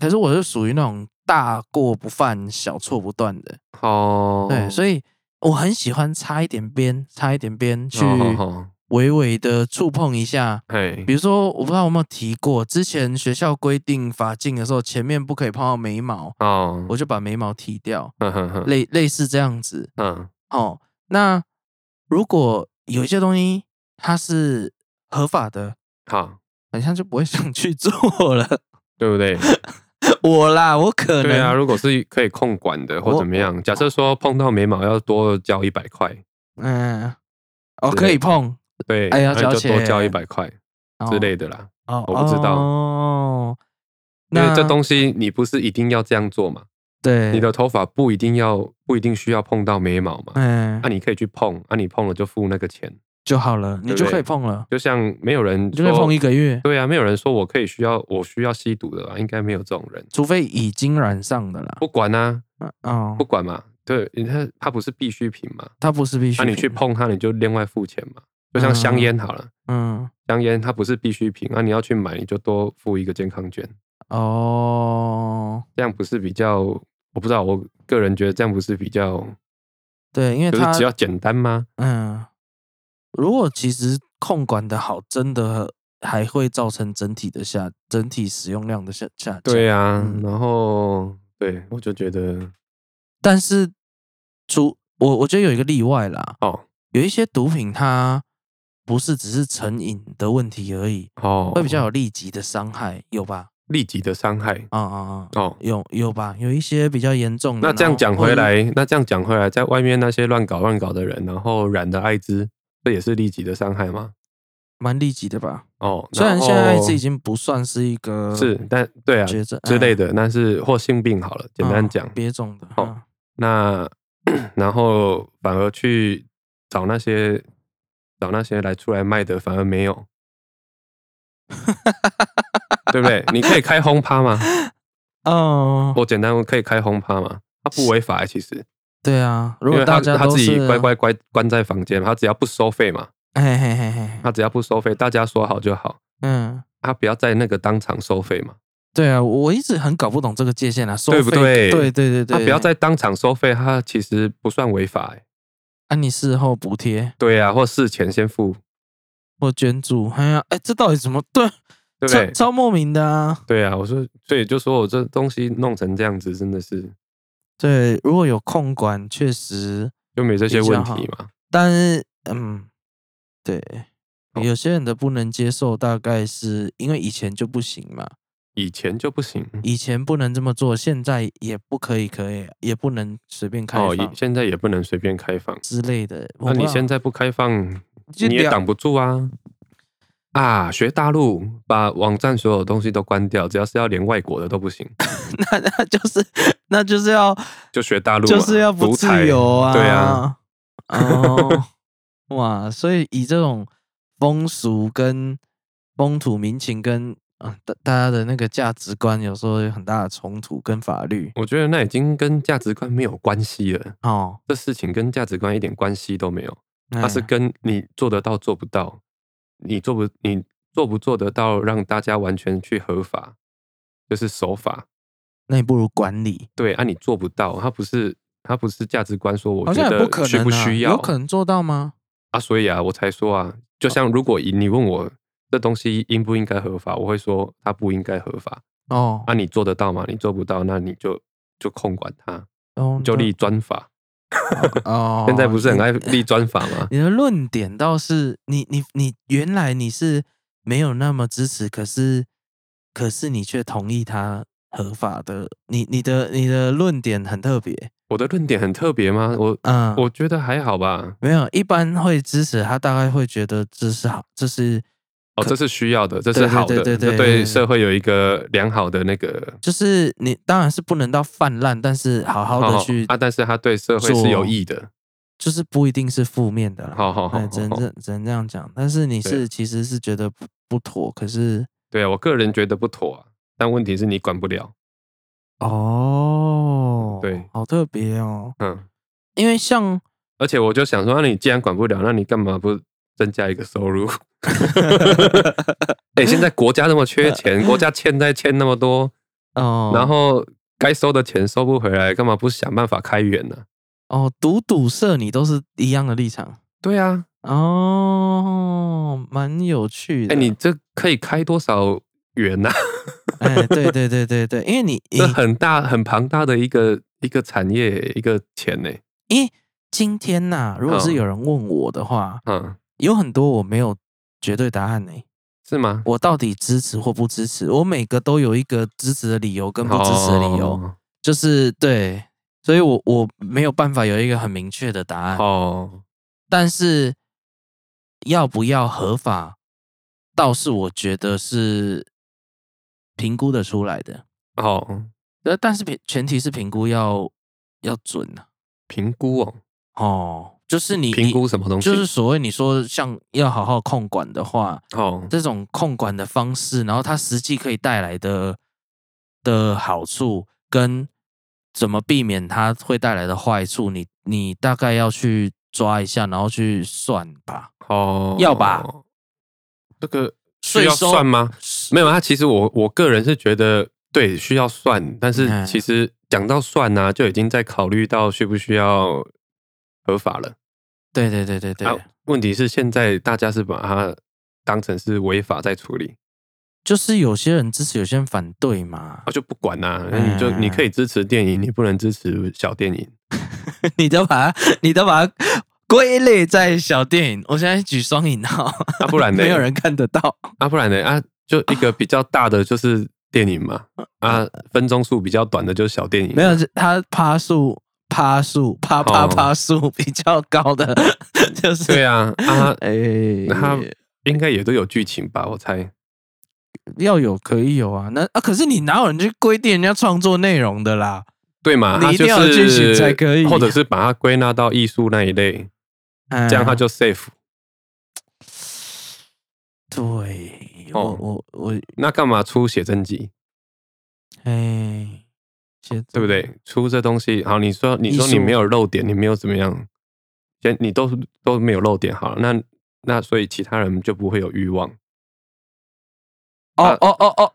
[SPEAKER 2] 可是我是属于那种大过不犯、小错不断的，
[SPEAKER 3] 哦，
[SPEAKER 2] 对，所
[SPEAKER 3] 以
[SPEAKER 2] 以我很喜欢擦一点边，擦一点边去
[SPEAKER 3] 哦，哦
[SPEAKER 2] 微微的触碰一下，
[SPEAKER 3] 嘿
[SPEAKER 2] 比，如说，我不知道有没有提过，之前学校规定发镜的时候，前面不可以碰到眉毛，
[SPEAKER 3] 哦，
[SPEAKER 2] 我就把眉毛剃掉，
[SPEAKER 3] 哼哼哼，
[SPEAKER 2] 类类似这样子。
[SPEAKER 3] 嗯，
[SPEAKER 2] 哦，那如果有一些东西它是合法的，
[SPEAKER 3] 好，
[SPEAKER 2] 好像就不会 想去做了。
[SPEAKER 3] 对不对？
[SPEAKER 2] 我啦，我可能
[SPEAKER 3] 对啊，如果是可以控管的或
[SPEAKER 2] 我
[SPEAKER 3] 怎么样，假设说碰到眉毛要多交一百块，
[SPEAKER 2] 嗯，哦，
[SPEAKER 3] 之类
[SPEAKER 2] 可以碰
[SPEAKER 3] 对，
[SPEAKER 2] 哎要
[SPEAKER 3] 那
[SPEAKER 2] 交
[SPEAKER 3] 就多交一
[SPEAKER 2] 钱
[SPEAKER 3] 百块
[SPEAKER 2] 哦
[SPEAKER 3] 之类的啦。
[SPEAKER 2] 哦，
[SPEAKER 3] 我不知道
[SPEAKER 2] 哦，
[SPEAKER 3] 因为
[SPEAKER 2] 那
[SPEAKER 3] 这东西你不是一定要这样做嘛，
[SPEAKER 2] 对
[SPEAKER 3] 你的头发不一定要不一定需要碰到眉毛嘛，
[SPEAKER 2] 嗯
[SPEAKER 3] 那、你可以去碰，啊你碰了就付那个钱，
[SPEAKER 2] 就好了，你
[SPEAKER 3] 对不
[SPEAKER 2] 就可以
[SPEAKER 3] 对
[SPEAKER 2] 碰了，
[SPEAKER 3] 就像没有人
[SPEAKER 2] 你就可以
[SPEAKER 3] 说
[SPEAKER 2] 碰一个月，
[SPEAKER 3] 对啊，没有人说我可以需要我需要吸毒的吧，啊应该没有这种人，
[SPEAKER 2] 除非已经染上的啦。
[SPEAKER 3] 不管啊，
[SPEAKER 2] 嗯哦
[SPEAKER 3] 不，管嘛，对，他他不是必需品嘛，
[SPEAKER 2] 它不是必须
[SPEAKER 3] 那、
[SPEAKER 2] 品。
[SPEAKER 3] 你去碰它你就另外付钱嘛，就像香烟好了。
[SPEAKER 2] 嗯，
[SPEAKER 3] 香烟它不是必需品，那、啊你要去买，你就多付一个健康券，
[SPEAKER 2] 哦，
[SPEAKER 3] 这样不是比较？我不知道，我个人觉得这样不是比较，
[SPEAKER 2] 对，因为
[SPEAKER 3] 就是
[SPEAKER 2] 它
[SPEAKER 3] 只要简单吗？
[SPEAKER 2] 嗯，如果其实控管的好，真的还会造成整体的下整体使用量的下下降。
[SPEAKER 3] 对啊，
[SPEAKER 2] 嗯
[SPEAKER 3] 然后对我就觉得
[SPEAKER 2] 但是除我我觉得有一个例外啦，
[SPEAKER 3] 哦
[SPEAKER 2] 有一些毒品它不是只是成瘾的问题而已，
[SPEAKER 3] 哦，
[SPEAKER 2] 会比较有立即的伤害，有吧？
[SPEAKER 3] 立即的伤害
[SPEAKER 2] 啊啊啊！
[SPEAKER 3] 哦。
[SPEAKER 2] 有有吧，有一些比较严重的。
[SPEAKER 3] 那这
[SPEAKER 2] 然
[SPEAKER 3] 样
[SPEAKER 2] 后
[SPEAKER 3] 讲
[SPEAKER 2] 会
[SPEAKER 3] 回，来，那这样讲回来，在外面那些乱搞乱搞的人，然后染的艾滋，这也是立即的伤害吗？
[SPEAKER 2] 蛮立即的吧？
[SPEAKER 3] 哦，
[SPEAKER 2] 虽然现在
[SPEAKER 3] 后
[SPEAKER 2] 这已经不算是一个
[SPEAKER 3] 是，但对啊
[SPEAKER 2] 绝症
[SPEAKER 3] 之类
[SPEAKER 2] 的，
[SPEAKER 3] 的，那是或性病好了，简单
[SPEAKER 2] 嗯
[SPEAKER 3] 讲，
[SPEAKER 2] 别种的。
[SPEAKER 3] 哦
[SPEAKER 2] 嗯
[SPEAKER 3] 那 然后反而去找那些找那些来出来卖的，反而没 有，对不对？你可以开轰趴吗？
[SPEAKER 2] 哦，
[SPEAKER 3] 我简单，我可以开轰趴吗？它不违法、欸，其实，
[SPEAKER 2] 对啊，如
[SPEAKER 3] 因
[SPEAKER 2] 果
[SPEAKER 3] 为他
[SPEAKER 2] 大家
[SPEAKER 3] 他
[SPEAKER 2] 都
[SPEAKER 3] 自己
[SPEAKER 2] 是
[SPEAKER 3] 乖，乖乖关在房间嘛，他只要不收费嘛，
[SPEAKER 2] 嘿嘿嘿嘿，
[SPEAKER 3] 他只要不收费，大家说好就好。
[SPEAKER 2] 嗯，
[SPEAKER 3] 他不要在那个当场收费嘛，
[SPEAKER 2] 对啊，我一直很搞不懂这个界限啊，收
[SPEAKER 3] 对不
[SPEAKER 2] 费
[SPEAKER 3] 对
[SPEAKER 2] 对对对对，
[SPEAKER 3] 他不要在当场收费，他其实不算违法、欸。
[SPEAKER 2] 啊，你事后补贴
[SPEAKER 3] 对啊，或事前先付，
[SPEAKER 2] 或捐助，哎呀，哎，这到底怎么对？
[SPEAKER 3] 对不
[SPEAKER 2] 超
[SPEAKER 3] 对？
[SPEAKER 2] 超莫名的啊！
[SPEAKER 3] 对啊，我说，所以就说我这东西弄成这样子，真的是
[SPEAKER 2] 对，如果有控管，确实，
[SPEAKER 3] 就没这些
[SPEAKER 2] 比较
[SPEAKER 3] 问
[SPEAKER 2] 好
[SPEAKER 3] 题嘛。
[SPEAKER 2] 但是嗯，对，
[SPEAKER 3] 哦
[SPEAKER 2] 有些人的不能接受，大概是因为以前就不行嘛，
[SPEAKER 3] 以前就不行哦
[SPEAKER 2] 以前不能这么做，现在也不可以，可以也不能随便开
[SPEAKER 3] 哦，
[SPEAKER 2] 放
[SPEAKER 3] 以现在也不能随便开放。
[SPEAKER 2] 之类的。我
[SPEAKER 3] 那
[SPEAKER 2] 不
[SPEAKER 3] 你
[SPEAKER 2] 知
[SPEAKER 3] 现
[SPEAKER 2] 道
[SPEAKER 3] 在不开放，
[SPEAKER 2] 就
[SPEAKER 3] 你也
[SPEAKER 2] 两
[SPEAKER 3] 挡不住啊！啊，学大陆把网站所有东西都关掉，只要是要连外国的都 不行，
[SPEAKER 2] 那那就是那就是要
[SPEAKER 3] 就学大陆嘛，啊
[SPEAKER 2] 就是要不
[SPEAKER 3] 独
[SPEAKER 2] 自
[SPEAKER 3] 裁
[SPEAKER 2] 由啊，
[SPEAKER 3] 对啊，，
[SPEAKER 2] 哦， 哇，所以以这种风俗跟风土民情跟啊大大家的那个价值观，有时候有很大的冲突跟法律
[SPEAKER 3] 我觉得那已经跟价值观没有关系了，
[SPEAKER 2] 哦，
[SPEAKER 3] 这事情跟价值观一点关系都没有，它
[SPEAKER 2] 那
[SPEAKER 3] 是跟你做得到做不到，你做不你做不做得到让大家完全去合法，就是守法。
[SPEAKER 2] 那你不如管理，
[SPEAKER 3] 对啊，你做不到，它不是它不是价值观说我
[SPEAKER 2] 好
[SPEAKER 3] 觉
[SPEAKER 2] 像也
[SPEAKER 3] 得
[SPEAKER 2] 不可
[SPEAKER 3] 需
[SPEAKER 2] 能
[SPEAKER 3] 不
[SPEAKER 2] 啊，
[SPEAKER 3] 需要，
[SPEAKER 2] 有可能做到吗？
[SPEAKER 3] 啊，所以啊，我才说啊，就像如果以你问我这东西应不应该合法，我会说它不应该合法。
[SPEAKER 2] 哦
[SPEAKER 3] 啊，，你做得到吗？你做不到，那你就就控管它，
[SPEAKER 2] 哦
[SPEAKER 3] 就
[SPEAKER 2] 那
[SPEAKER 3] 立专法。
[SPEAKER 2] 哦，
[SPEAKER 3] 现在不是很
[SPEAKER 2] 你
[SPEAKER 3] 爱立专法 吗？
[SPEAKER 2] 你的论点倒是，你你你原来你是没有那么支持，可是可是你却同意他合法的，你你的你的论点很特别，
[SPEAKER 3] 我的论点很特别吗？我
[SPEAKER 2] 嗯，
[SPEAKER 3] 我觉得还好吧。
[SPEAKER 2] 没有，一般会支持他，大概会觉得这是好，这是
[SPEAKER 3] 哦，
[SPEAKER 2] 可
[SPEAKER 3] 这是需要的，这
[SPEAKER 2] 对
[SPEAKER 3] 是
[SPEAKER 2] 对
[SPEAKER 3] 好
[SPEAKER 2] 对
[SPEAKER 3] 的，
[SPEAKER 2] 对对
[SPEAKER 3] 这
[SPEAKER 2] 对对
[SPEAKER 3] 对社会有一个良好的那个
[SPEAKER 2] 就是你当然是不能到泛滥，但是好好的
[SPEAKER 3] 哦
[SPEAKER 2] 去，
[SPEAKER 3] 啊，但是它对社会是有
[SPEAKER 2] 做
[SPEAKER 3] 益的。
[SPEAKER 2] 就是不一定是负面的啦，
[SPEAKER 3] 好好好
[SPEAKER 2] 对，
[SPEAKER 3] 好
[SPEAKER 2] 只能
[SPEAKER 3] 好
[SPEAKER 2] 这只能这样讲，但是你
[SPEAKER 3] 哦对
[SPEAKER 2] 是其实是觉得不不妥，可是
[SPEAKER 3] 对啊，我个人觉得不妥啊，但问题是你管不了。
[SPEAKER 2] 哦，
[SPEAKER 3] 嗯对
[SPEAKER 2] 好特别哦。
[SPEAKER 3] 嗯，
[SPEAKER 2] 因为像
[SPEAKER 3] 而且我就想说，那啊你既然管不了，那你干嘛不增加一个 收入？哎、现在国家那么缺 钱，国家欠债欠那么多，
[SPEAKER 2] 哦，
[SPEAKER 3] 然后该收的钱收不回来，干嘛不想办法开源呢、
[SPEAKER 2] 哦，赌赌社你都是一样的立场
[SPEAKER 3] 对啊，
[SPEAKER 2] 哦，蛮有趣的。
[SPEAKER 3] 哎、你这可以开多少源呐、
[SPEAKER 2] 哎，对对对对对，因为 你你
[SPEAKER 3] 这很大、很庞大的一个一个产业、一个钱呢、
[SPEAKER 2] 因为今天呐、如果是
[SPEAKER 3] 嗯
[SPEAKER 2] 有人问我的话，
[SPEAKER 3] 嗯，
[SPEAKER 2] 有很多我没有绝对答案呢、
[SPEAKER 3] 是吗？
[SPEAKER 2] 我到底支持或不支持？我每个都有一个支持的理由跟不支持的理由，
[SPEAKER 3] 哦
[SPEAKER 2] 就是对，所以我我没有办法有一个很明确的答案。
[SPEAKER 3] 哦，
[SPEAKER 2] 但是要不要合法，倒是我觉得是评估的出来的。
[SPEAKER 3] 哦，
[SPEAKER 2] 呃，但是评前提是评估要要准啊。
[SPEAKER 3] 评估哦，
[SPEAKER 2] 哦，就是你
[SPEAKER 3] 评估
[SPEAKER 2] 你
[SPEAKER 3] 什么东西？
[SPEAKER 2] 就是所谓你说像要好好控管的话，
[SPEAKER 3] 哦，
[SPEAKER 2] 这种控管的方式，然后它实际可以带来的的好处跟怎么避免它会带来的坏处，你你大概要去抓一下，然后去算吧。
[SPEAKER 3] 哦，
[SPEAKER 2] 要吧？
[SPEAKER 3] 这个需
[SPEAKER 2] 税
[SPEAKER 3] 要
[SPEAKER 2] 收
[SPEAKER 3] 算吗？没有，他啊其实我我个人是觉得对需要算，
[SPEAKER 2] 嗯
[SPEAKER 3] 但是其实讲到算呢、就已经在考虑到需不需要合法了。
[SPEAKER 2] 对对对对对，
[SPEAKER 3] 啊，问题是现在大家是把它当成是违法在处理，
[SPEAKER 2] 就是有些人支持，有些人反对嘛
[SPEAKER 3] 啊。就不管啦、那你就
[SPEAKER 2] 嗯
[SPEAKER 3] 你可以支持电影，你不能支持小电影。
[SPEAKER 2] 你都把它，你都把它归类在小电影。我现在举双引号，
[SPEAKER 3] 啊不然呢
[SPEAKER 2] 没有人看得到。
[SPEAKER 3] 啊，不然呢？啊，就一个比较大的就是电影 嘛，啊，分钟数比较短的就是小电影。
[SPEAKER 2] 没有，他趴数、趴数、趴趴
[SPEAKER 3] 哦
[SPEAKER 2] 趴数比较高的， 就是
[SPEAKER 3] 对啊，啊，
[SPEAKER 2] 哎，
[SPEAKER 3] 他应该也都有剧情吧？我猜。
[SPEAKER 2] 要有可以有啊，那啊，可是你哪有人去规定人家创作内容的啦？
[SPEAKER 3] 对嘛？
[SPEAKER 2] 你
[SPEAKER 3] 它
[SPEAKER 2] 一定
[SPEAKER 3] 就
[SPEAKER 2] 要有剧
[SPEAKER 3] 是
[SPEAKER 2] 情才可以啊
[SPEAKER 3] 或者是把它归纳到艺术那一类，
[SPEAKER 2] 这
[SPEAKER 3] 这样它就 safe。
[SPEAKER 2] 对我
[SPEAKER 3] 哦
[SPEAKER 2] 我我
[SPEAKER 3] 那干嘛出写真集？
[SPEAKER 2] 哎，写
[SPEAKER 3] 对不？对？出这东西，好，你说你说
[SPEAKER 2] 艺术
[SPEAKER 3] 你没有漏点，你没有怎么样，先你都都没有漏点，好了，那那所以其他人就不会有欲望。
[SPEAKER 2] 哦哦哦哦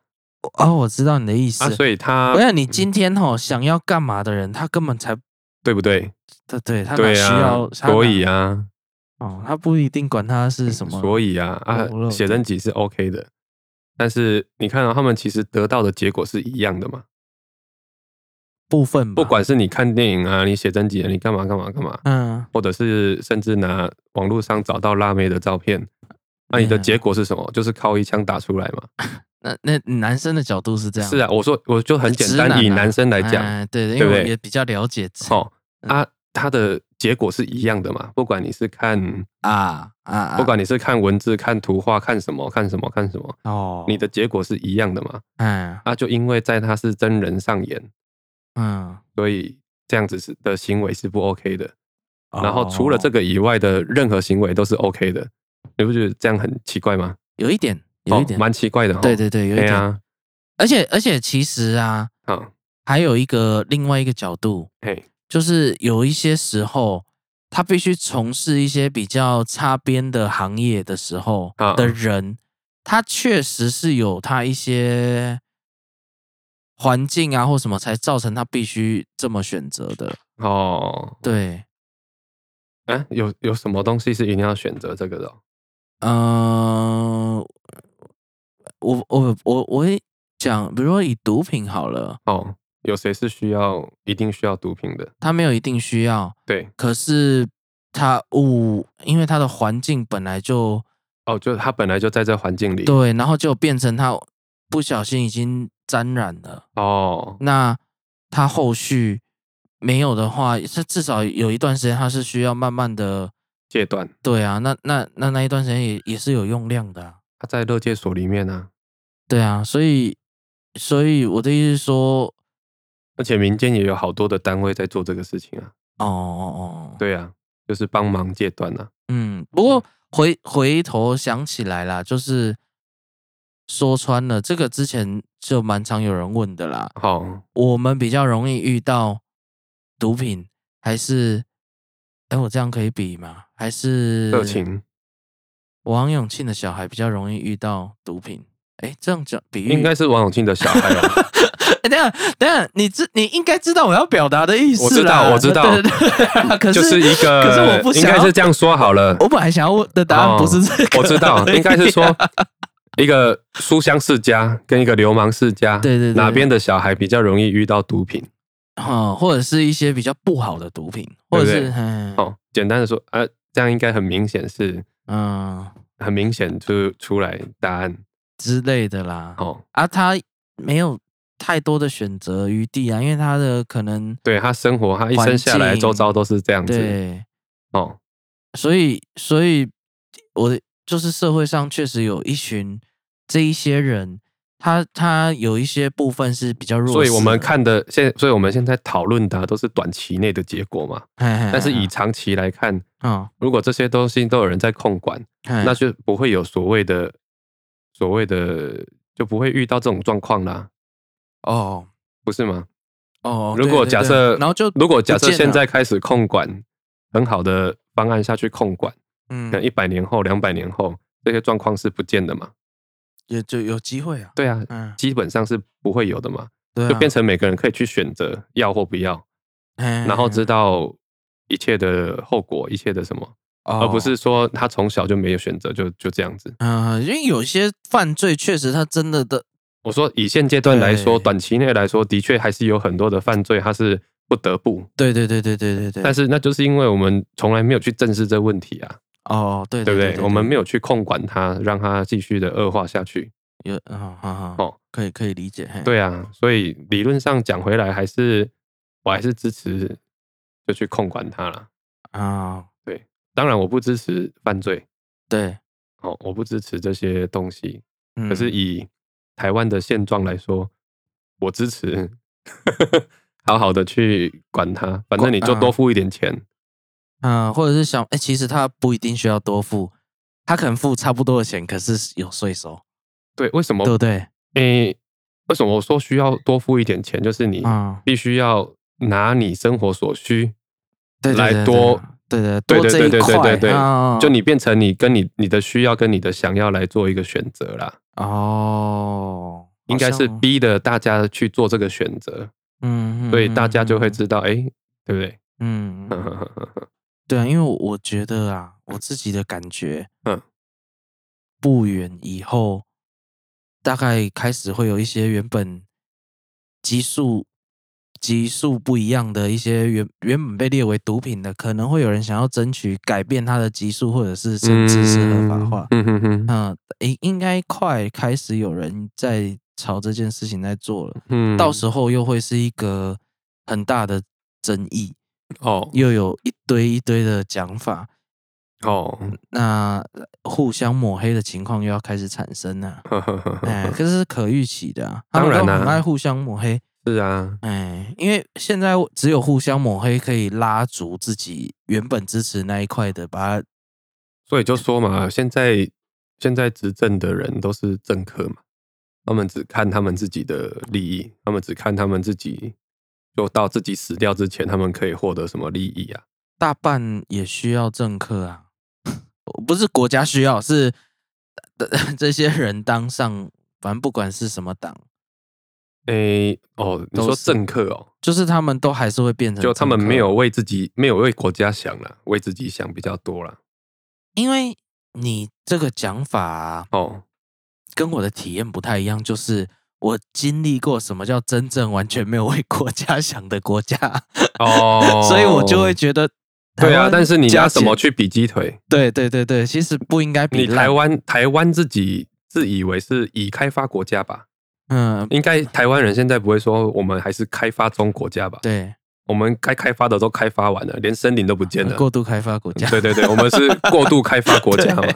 [SPEAKER 2] 哦，我知道你的意思
[SPEAKER 3] 啊，。所以他
[SPEAKER 2] 我想你今天吼想要干嘛的人，他根本才
[SPEAKER 3] 对不对？
[SPEAKER 2] 对对，他哪
[SPEAKER 3] 对
[SPEAKER 2] 需
[SPEAKER 3] 啊
[SPEAKER 2] 要，，他
[SPEAKER 3] 所以
[SPEAKER 2] 哪
[SPEAKER 3] 啊，
[SPEAKER 2] 哦，他不一定管他是什么，
[SPEAKER 3] 所以啊
[SPEAKER 2] 裸露
[SPEAKER 3] 啊，
[SPEAKER 2] 的
[SPEAKER 3] 写真集是 OK 的，但是你看啊到、他们其实得到的结果是一样的嘛？
[SPEAKER 2] 部分吧
[SPEAKER 3] 不管是你看电影啊，你写真集啊，你干嘛干嘛干嘛，
[SPEAKER 2] 嗯，
[SPEAKER 3] 或者是甚至拿网络上找到辣妹的照片，那你的
[SPEAKER 2] 嗯
[SPEAKER 3] 结果是什么？就是靠一枪打出来嘛？
[SPEAKER 2] 那那男生的角度是这样，
[SPEAKER 3] 是啊，我说我就很简
[SPEAKER 2] 直男
[SPEAKER 3] 单，
[SPEAKER 2] 啊
[SPEAKER 3] 以男生来讲，
[SPEAKER 2] 哎嗯对，因
[SPEAKER 3] 对不
[SPEAKER 2] 为我
[SPEAKER 3] 对
[SPEAKER 2] 也比较了解
[SPEAKER 3] 哦啊，它的结果是一样的嘛？不管你是看，
[SPEAKER 2] 啊啊啊，
[SPEAKER 3] 不管你是看文字、看图画、看什么、看什么、看什么，
[SPEAKER 2] 哦，
[SPEAKER 3] 你的结果是一样的嘛？
[SPEAKER 2] 嗯
[SPEAKER 3] 啊，就因为在他是真人上演，
[SPEAKER 2] 嗯，
[SPEAKER 3] 所以这样子是的行为是不 OK 的。然后
[SPEAKER 2] 哦
[SPEAKER 3] 除了这个以外的任何行为都是 OK 的，你不觉得这样很奇怪吗？
[SPEAKER 2] 有一点有一点
[SPEAKER 3] 哦，蛮、奇怪的、哦。
[SPEAKER 2] 对对对，有一
[SPEAKER 3] 对
[SPEAKER 2] 点，
[SPEAKER 3] 啊，
[SPEAKER 2] 而且而且其实啊，
[SPEAKER 3] 好，
[SPEAKER 2] 还有一个另外一个角度，
[SPEAKER 3] 嘿，
[SPEAKER 2] 就是有一些时候，他必须从事一些比较擦边的行业的时候
[SPEAKER 3] 啊
[SPEAKER 2] 的人，他确实是有他一些环境啊或什么，才造成他必须这么选择的。
[SPEAKER 3] 哦，
[SPEAKER 2] 对，
[SPEAKER 3] 啊，有有什么东西是一定要选择这个的哦、
[SPEAKER 2] 嗯、我我我我会讲，比如说以毒品好了，
[SPEAKER 3] 哦，有谁是需要一定需要毒品的？
[SPEAKER 2] 他没有一定需要，
[SPEAKER 3] 对，
[SPEAKER 2] 可是他误，因为他的环境本来就
[SPEAKER 3] 哦，就是他本来就在这环境里。，
[SPEAKER 2] 对，然后就变成他不小心已经沾染了。
[SPEAKER 3] 哦，
[SPEAKER 2] 那他后续没有的话，他至少有一段时间他是需要慢慢的，
[SPEAKER 3] 戒断，
[SPEAKER 2] 对啊，那那那那一段时间也也是有用量的、啊，
[SPEAKER 3] 他在乐界所里面啊，
[SPEAKER 2] 对啊，所以所以我的意思是说，
[SPEAKER 3] 而且民间也有好多的单位在做这个事情啊。
[SPEAKER 2] 哦哦哦，
[SPEAKER 3] 对啊，就是帮忙戒断啊。
[SPEAKER 2] 嗯，不过回回头想起来啦，就是说穿了，这个之前就蛮常有人问的啦。
[SPEAKER 3] 好、
[SPEAKER 2] 我们比较容易遇到毒品，还是哎，我这样可以比吗？还是
[SPEAKER 3] 热？情
[SPEAKER 2] 王永庆的小孩比较容易遇到毒品。哎，这样讲比喻
[SPEAKER 3] 应该是王永庆的小孩哦。
[SPEAKER 2] 哎等一下等一下，你知你应该知道我要表达的意思
[SPEAKER 3] 我知
[SPEAKER 2] 啦
[SPEAKER 3] 道，我知道
[SPEAKER 2] 对对对 可，是、
[SPEAKER 3] 就是一个，
[SPEAKER 2] 可是我不
[SPEAKER 3] 应
[SPEAKER 2] 想
[SPEAKER 3] 该
[SPEAKER 2] 要
[SPEAKER 3] 是这样说好了。
[SPEAKER 2] 我本来想要问的答案不是这个、
[SPEAKER 3] 我 知道，应该是说一个书香世家跟一个流氓世家，
[SPEAKER 2] 对对对
[SPEAKER 3] 哪边的小孩比较容易遇到毒品？
[SPEAKER 2] 哈、呃或者是一些比较不好的毒品，或
[SPEAKER 3] 对
[SPEAKER 2] 者
[SPEAKER 3] 不
[SPEAKER 2] 是
[SPEAKER 3] 对
[SPEAKER 2] 嗯、
[SPEAKER 3] 哦，简单的说，呃，这样应该很明显是
[SPEAKER 2] 嗯
[SPEAKER 3] 很明显就出来答案。
[SPEAKER 2] 之类的啦。
[SPEAKER 3] 哦，
[SPEAKER 2] 啊，他没有太多的选择余地啊，因为他的可能
[SPEAKER 3] 对他生活，他一
[SPEAKER 2] 环
[SPEAKER 3] 生下来
[SPEAKER 2] 境
[SPEAKER 3] 周遭都是这样子。
[SPEAKER 2] 对，
[SPEAKER 3] 哦，
[SPEAKER 2] 所以所以我的就是社会上确实有一群这一些人，他他有一些部分是比较弱势
[SPEAKER 3] 所
[SPEAKER 2] 的，
[SPEAKER 3] 以我们看的现，所以我们现在讨论的都是短期内的结果嘛。
[SPEAKER 2] 嘿，嘿
[SPEAKER 3] 但是
[SPEAKER 2] 嘿
[SPEAKER 3] 以长期来看，
[SPEAKER 2] 哦，
[SPEAKER 3] 如果这些东西都有人在控管，
[SPEAKER 2] 那
[SPEAKER 3] 那就不会有所谓的所谓的就不会遇到这种状况啦，
[SPEAKER 2] 哦
[SPEAKER 3] 不是吗？
[SPEAKER 2] 哦，
[SPEAKER 3] 如
[SPEAKER 2] 对
[SPEAKER 3] 果
[SPEAKER 2] 对
[SPEAKER 3] 假
[SPEAKER 2] 对
[SPEAKER 3] 设
[SPEAKER 2] 然后就
[SPEAKER 3] 如果假
[SPEAKER 2] 不
[SPEAKER 3] 设
[SPEAKER 2] 见
[SPEAKER 3] 现
[SPEAKER 2] 了
[SPEAKER 3] 在开始控管，很好的方案下去控管，可能
[SPEAKER 2] 嗯，
[SPEAKER 3] 一百年后、两百年后这些状况是不见的嘛？
[SPEAKER 2] 也就有机会啊，
[SPEAKER 3] 对啊，
[SPEAKER 2] 嗯，
[SPEAKER 3] 基本上是不会有的嘛，
[SPEAKER 2] 对啊，
[SPEAKER 3] 就变成每个人可以去选择要或不要，
[SPEAKER 2] 嘿，然
[SPEAKER 3] 然后知道一切的后果，一切的什么，
[SPEAKER 2] 哦
[SPEAKER 3] 而不是说他从小就没有选择，就就这样子。
[SPEAKER 2] 嗯、因为有些犯罪确实他真的的，
[SPEAKER 3] 我说以现阶段来说，
[SPEAKER 2] 对
[SPEAKER 3] 短期内来说，的确还是有很多的犯罪，它是不得不，
[SPEAKER 2] 对对对对对对对，
[SPEAKER 3] 但是那就是因为我们从来没有去正视这问题啊，
[SPEAKER 2] 哦，对
[SPEAKER 3] 对不
[SPEAKER 2] 对
[SPEAKER 3] 对？我们没
[SPEAKER 2] 有
[SPEAKER 3] 有去控管它，让它继续的恶化下去。
[SPEAKER 2] 有，哦好好
[SPEAKER 3] 哦
[SPEAKER 2] 可以可以理解，嘿，
[SPEAKER 3] 对啊，所以理论上讲回来，还是我还是支持就去控管它啦。
[SPEAKER 2] 啊、
[SPEAKER 3] 当然，我不支持犯罪，
[SPEAKER 2] 对，
[SPEAKER 3] 哦，我不支持这些东西。
[SPEAKER 2] 嗯
[SPEAKER 3] 可是以台湾的现状来说，我支持 好好的去管它，反正你就
[SPEAKER 2] 管啊
[SPEAKER 3] 多付一点钱。
[SPEAKER 2] 嗯、或者是想，哎，其实他不一定需要多付，他可能付差不多的钱，可是有税收，
[SPEAKER 3] 对，为什么
[SPEAKER 2] 对？不对？
[SPEAKER 3] 诶、为什么我说需要多付一点钱？就是你
[SPEAKER 2] 啊、
[SPEAKER 3] 必须要拿你生活所需，
[SPEAKER 2] 对对
[SPEAKER 3] 来
[SPEAKER 2] 对
[SPEAKER 3] 多
[SPEAKER 2] 对对
[SPEAKER 3] 对
[SPEAKER 2] 多
[SPEAKER 3] 对
[SPEAKER 2] 这
[SPEAKER 3] 对
[SPEAKER 2] 一
[SPEAKER 3] 对对
[SPEAKER 2] 块，
[SPEAKER 3] 对对
[SPEAKER 2] 啊
[SPEAKER 3] 就你变成你跟你你的需要跟你的想要来做一个选择啦。
[SPEAKER 2] 哦，
[SPEAKER 3] 应该
[SPEAKER 2] 好
[SPEAKER 3] 是
[SPEAKER 2] 像，
[SPEAKER 3] 逼的大家去做这个选择，
[SPEAKER 2] 嗯，嗯
[SPEAKER 3] 所以大家就会，
[SPEAKER 2] 道，
[SPEAKER 3] 知道，哎、对不对？
[SPEAKER 2] 嗯，嗯嗯对啊，因为我我觉得啊，我自己的感觉，
[SPEAKER 3] 嗯，
[SPEAKER 2] 不远以后，大概开始会有一些原本级数级数不一样的一些原原本被列为毒品的，可能会有人想要争取改变它的级数，或者是甚至是合法化。
[SPEAKER 3] 嗯哼哼，
[SPEAKER 2] 嗯，应、应该快开始有人在朝这件事情在做了，
[SPEAKER 3] 嗯，
[SPEAKER 2] 到时候又会是一个很大的争议，
[SPEAKER 3] 哦
[SPEAKER 2] 又有一堆一堆的讲法。
[SPEAKER 3] 哦，
[SPEAKER 2] 那互相抹黑的情况又要开始产生 了、
[SPEAKER 3] 呵呵呵呵
[SPEAKER 2] 哎，可是可预期的啊，
[SPEAKER 3] 当然
[SPEAKER 2] 他们
[SPEAKER 3] 啦
[SPEAKER 2] 都很爱互相抹黑，
[SPEAKER 3] 是啊，
[SPEAKER 2] 哎，因为现在只有互相抹黑可以拉足自己原本支持那一块的，把它
[SPEAKER 3] 所以就说嘛，现在现在执政的人都是政客嘛，他们只看他们自己的利益，他们只看他们自己，就到自己死掉之前，他们可以获得什么利益啊？
[SPEAKER 2] 大半也需要政客啊， 不是国家需要，是呃 这些人当上，反正不管是什么党，
[SPEAKER 3] 哎、哦，你
[SPEAKER 2] 都
[SPEAKER 3] 说
[SPEAKER 2] 是
[SPEAKER 3] 政客哦，
[SPEAKER 2] 就是他们都还是会变成
[SPEAKER 3] 就他们
[SPEAKER 2] 政客哦
[SPEAKER 3] 没有为自己，没有为国家想啦，为自己想比较多啦。
[SPEAKER 2] 因为你这个讲法啊、
[SPEAKER 3] 哦，
[SPEAKER 2] 跟我的体验不太一样，就是我经历过什么叫真正完全没有为国家想的国家，
[SPEAKER 3] 哦
[SPEAKER 2] 所以我就会觉得
[SPEAKER 3] 对
[SPEAKER 2] 台
[SPEAKER 3] 啊，
[SPEAKER 2] 湾
[SPEAKER 3] 但是你
[SPEAKER 2] 加
[SPEAKER 3] 拿什么
[SPEAKER 2] 减？
[SPEAKER 3] 去比鸡腿？
[SPEAKER 2] 对对对对，其实不应该比
[SPEAKER 3] 你
[SPEAKER 2] 烂
[SPEAKER 3] 台，湾台湾自己自以为是已开发国家吧？
[SPEAKER 2] 嗯，
[SPEAKER 3] 应该台湾人现在不会说我们还是开发中国家吧？
[SPEAKER 2] 对，
[SPEAKER 3] 我们该开发的都开发完了，连森林都不见了。嗯
[SPEAKER 2] 过度开发国家，
[SPEAKER 3] 对对对，我们 是过度开发国家嘛
[SPEAKER 2] 对。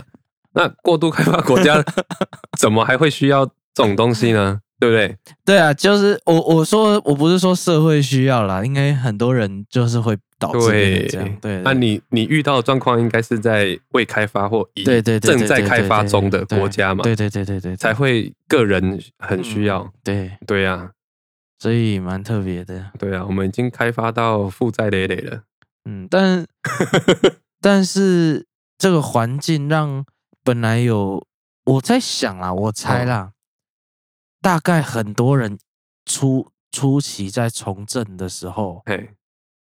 [SPEAKER 3] 那过度开发国家怎么还会需要这种东西呢？对不对？
[SPEAKER 2] 对啊，就是我我说我不是说社会需要啦，应该很多人就是会导致变成
[SPEAKER 3] 对
[SPEAKER 2] 这样，对，
[SPEAKER 3] 那、你你遇到的状况应该是在未开发或已
[SPEAKER 2] 对对对对
[SPEAKER 3] 正在
[SPEAKER 2] 对
[SPEAKER 3] 开
[SPEAKER 2] 对
[SPEAKER 3] 发
[SPEAKER 2] 对
[SPEAKER 3] 中的国家嘛，
[SPEAKER 2] 对嗯对对对对，对
[SPEAKER 3] 才会个人很需要。
[SPEAKER 2] 对，
[SPEAKER 3] 对呀、
[SPEAKER 2] 所以蛮特别的。
[SPEAKER 3] 对啊呀、我们已经开发到负债累累 了。
[SPEAKER 2] 嗯，但但是这个环境让本来有我在想啦，我猜
[SPEAKER 3] 嗯
[SPEAKER 2] 啦，大概很多人初初期在从政的时候，
[SPEAKER 3] 嘿，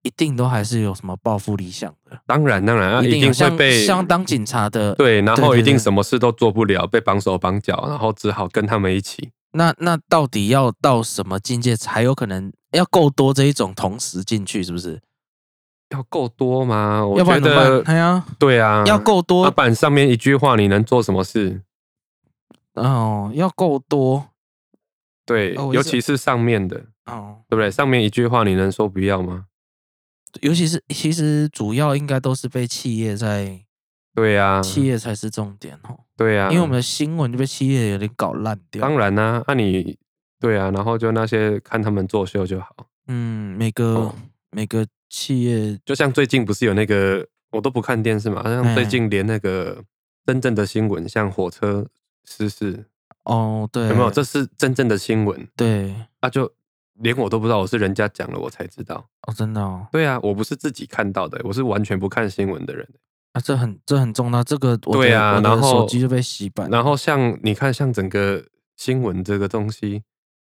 [SPEAKER 2] 一定都还是有什么抱负理想的，
[SPEAKER 3] 当然当然啊，
[SPEAKER 2] 定有
[SPEAKER 3] 一定会
[SPEAKER 2] 像
[SPEAKER 3] 被
[SPEAKER 2] 像当警察的，，
[SPEAKER 3] 对，然
[SPEAKER 2] 对
[SPEAKER 3] 后
[SPEAKER 2] 对
[SPEAKER 3] 一定
[SPEAKER 2] 对
[SPEAKER 3] 什么事都做不了，被绑手绑脚，然后只好跟他们一起。
[SPEAKER 2] 那那到底要到什么境界才有可能要够多这一种同时进去，是不是？
[SPEAKER 3] 要够多吗？我
[SPEAKER 2] 要不
[SPEAKER 3] 觉
[SPEAKER 2] 然怎么
[SPEAKER 3] 得
[SPEAKER 2] 办？哎呀，
[SPEAKER 3] 对啊，
[SPEAKER 2] 要够多
[SPEAKER 3] 老板上面一句话，你能做什么事？
[SPEAKER 2] 哦，要够多
[SPEAKER 3] 对，
[SPEAKER 2] 哦我
[SPEAKER 3] 尤
[SPEAKER 2] 是
[SPEAKER 3] 其是上面的，对
[SPEAKER 2] 哦。
[SPEAKER 3] 不对？上面一句话，你能说不要吗？
[SPEAKER 2] 尤其是其实主要应该都是被企业在，
[SPEAKER 3] 对啊，
[SPEAKER 2] 企业才是重点哦，
[SPEAKER 3] 对啊，
[SPEAKER 2] 因为我们的新闻就被企业有点搞烂掉。
[SPEAKER 3] 当然啦、那、你对啊，然后就那些看他们作秀就好。
[SPEAKER 2] 嗯，每个、
[SPEAKER 3] 哦
[SPEAKER 2] 每个企业，
[SPEAKER 3] 就像最近不是有那个，我都不看电视嘛，像最
[SPEAKER 2] 嗯
[SPEAKER 3] 近连那个真正的新闻，像火车失事，
[SPEAKER 2] 哦，对，
[SPEAKER 3] 有没有？这是真正的新闻
[SPEAKER 2] 对，
[SPEAKER 3] 啊，就连我都不知道，我是人家讲了我才知道。
[SPEAKER 2] 哦，真的哦，
[SPEAKER 3] 对啊，我不是自己看到的，我是完全不看新闻的人。
[SPEAKER 2] 啊，这很这很重大，这个我的
[SPEAKER 3] 对啊
[SPEAKER 2] 我的
[SPEAKER 3] 然后
[SPEAKER 2] 手机就被洗版，
[SPEAKER 3] 然后像你看，像整个新闻这个东西，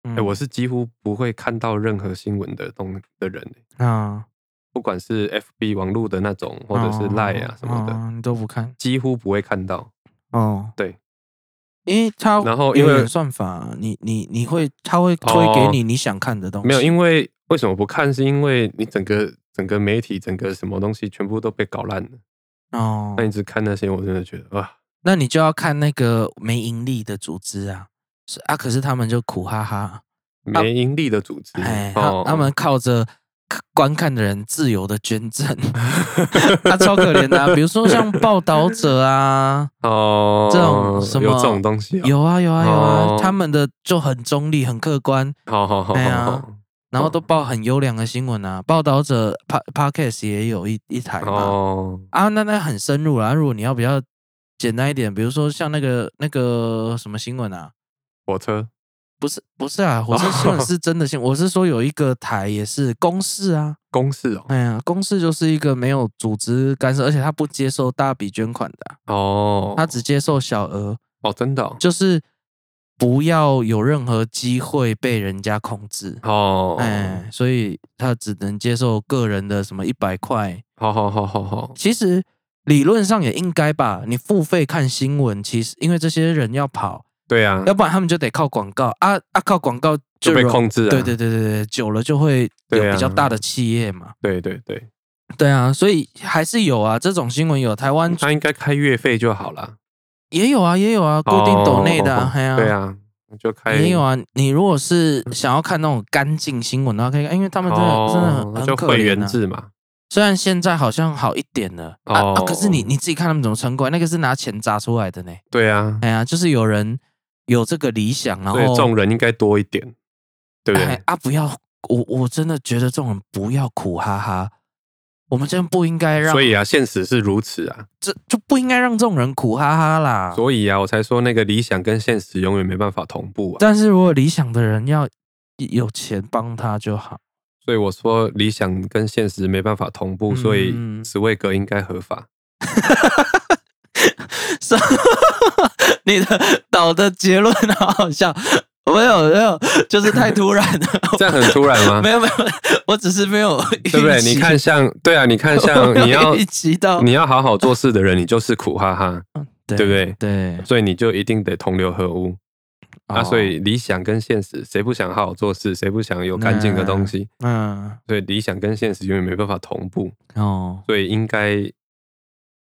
[SPEAKER 2] 嗯
[SPEAKER 3] 哎、我是几乎不会看到任何新闻的东的人、欸
[SPEAKER 2] 啊，
[SPEAKER 3] 不管是 FB 网络的那种，或者是
[SPEAKER 2] 哦
[SPEAKER 3] Line 啊什么的，
[SPEAKER 2] 哦你都不看
[SPEAKER 3] 几乎不会看到。
[SPEAKER 2] 哦，
[SPEAKER 3] 对，
[SPEAKER 2] 因为它
[SPEAKER 3] 然后
[SPEAKER 2] 有
[SPEAKER 3] 因为
[SPEAKER 2] 演算法，你你你会，它会推给
[SPEAKER 3] 哦
[SPEAKER 2] 你你想看的东西，
[SPEAKER 3] 没有，因为为什么不看？是因为你整个整个媒体、整个什么东西全部都被搞烂了。
[SPEAKER 2] 哦
[SPEAKER 3] 那，你只看那些，我真的觉得啊，
[SPEAKER 2] 那你就要看那个没盈利的组织啊，是啊，可是他们就苦哈哈，
[SPEAKER 3] 没盈利的组织，哦
[SPEAKER 2] 哎，他他们靠着看观看的人自由的捐赠， 啊，超可怜的、啊。比如说像报道者啊，
[SPEAKER 3] 哦，
[SPEAKER 2] 这种什
[SPEAKER 3] 有
[SPEAKER 2] 么
[SPEAKER 3] 这种东西、啊，
[SPEAKER 2] 有啊有啊有啊
[SPEAKER 3] 哦，
[SPEAKER 2] 他们的就很中立、很客观，
[SPEAKER 3] 好，好好
[SPEAKER 2] 哎
[SPEAKER 3] 好
[SPEAKER 2] 呀
[SPEAKER 3] 好
[SPEAKER 2] 然
[SPEAKER 3] 哦
[SPEAKER 2] 后都报很优良的新闻啊。报道者 pa podcast 也有一一台
[SPEAKER 3] 好，
[SPEAKER 2] 嘛，
[SPEAKER 3] 哦，
[SPEAKER 2] 啊，那那很深入啦。如果你要比较简单一点，比如说像那个那个什么新闻啊，
[SPEAKER 3] 火车，
[SPEAKER 2] 不是不是啊，火车新 闻是真的新闻，我是说有一个台也是公示啊，
[SPEAKER 3] 公式哦，
[SPEAKER 2] 哎呀，公示就是一个没有组织干涉，而且他不接受大笔捐款的啊、
[SPEAKER 3] 哦，
[SPEAKER 2] 他只接受小额，
[SPEAKER 3] 哦，真的、哦，
[SPEAKER 2] 就是不要有任何机会被人家控制。
[SPEAKER 3] 哦，
[SPEAKER 2] 哎，所以他只能接受个人的什么一百块。
[SPEAKER 3] 好好好好好，
[SPEAKER 2] 其实理论上也应该吧，你付费看新闻，其实因为这些人要跑，
[SPEAKER 3] 对啊，
[SPEAKER 2] 要不然他们就得靠广告啊啊，靠广告
[SPEAKER 3] 就被
[SPEAKER 2] 容
[SPEAKER 3] 控制啊，
[SPEAKER 2] 对对对对对，久了就会有
[SPEAKER 3] 对啊
[SPEAKER 2] 比较大的企业嘛。
[SPEAKER 3] 对对对，
[SPEAKER 2] 对啊，所以还是有啊，这种新闻有，台湾
[SPEAKER 3] 他应该开月费就好了，
[SPEAKER 2] 也有啊，也有啊，固定抖内的
[SPEAKER 3] 哦
[SPEAKER 2] 啊，嘿啊
[SPEAKER 3] 对啊，就开
[SPEAKER 2] 也有啊。你如果是想要看那种干净新闻的话，可以看，因为他们真的、真的很
[SPEAKER 3] 哦，
[SPEAKER 2] 很
[SPEAKER 3] 就
[SPEAKER 2] 可
[SPEAKER 3] 会
[SPEAKER 2] 怜
[SPEAKER 3] 员
[SPEAKER 2] 啊。
[SPEAKER 3] 制嘛，
[SPEAKER 2] 虽然现在好像好一点了、啊啊，
[SPEAKER 3] 哦
[SPEAKER 2] 可是你你自己看他们怎么撑过来，那个是拿钱砸出来的呢。
[SPEAKER 3] 对啊，
[SPEAKER 2] 哎呀，就是有人有这个理想，然后
[SPEAKER 3] 所以众人应该多一点，对不
[SPEAKER 2] 哎
[SPEAKER 3] 对？
[SPEAKER 2] 啊，不要，我我真的觉得这种人不要苦哈哈，我们真的不应该让
[SPEAKER 3] 所以啊，现实是如此啊，
[SPEAKER 2] 这就不应该让这种人苦哈哈啦。
[SPEAKER 3] 所以啊，我才说那个理想跟现实永远没办法同步啊。
[SPEAKER 2] 但是如果理想的人要有钱帮他就好，
[SPEAKER 3] 所以我说理想跟现实没办法同步，
[SPEAKER 2] 嗯
[SPEAKER 3] 所以茨威格应该合法。
[SPEAKER 2] 是 你的导的结论好好笑，没有没有，就是太突然了，
[SPEAKER 3] 这样很突然吗
[SPEAKER 2] 没？有没有，我只是没有预期，
[SPEAKER 3] 嗯对不对？你看像对啊，你看像
[SPEAKER 2] 我 没有
[SPEAKER 3] 你要
[SPEAKER 2] 预期到，
[SPEAKER 3] 你要好好做事的人，你就是苦哈哈，
[SPEAKER 2] 对
[SPEAKER 3] 对不对
[SPEAKER 2] 对
[SPEAKER 3] 所以你就一定得同流合污。啊，
[SPEAKER 2] 哦
[SPEAKER 3] 所以理想跟现实，谁不想好好做事？谁不想有干净的东西？
[SPEAKER 2] 嗯
[SPEAKER 3] 所以理想跟现实永远没办法同步，
[SPEAKER 2] 哦
[SPEAKER 3] 所以应该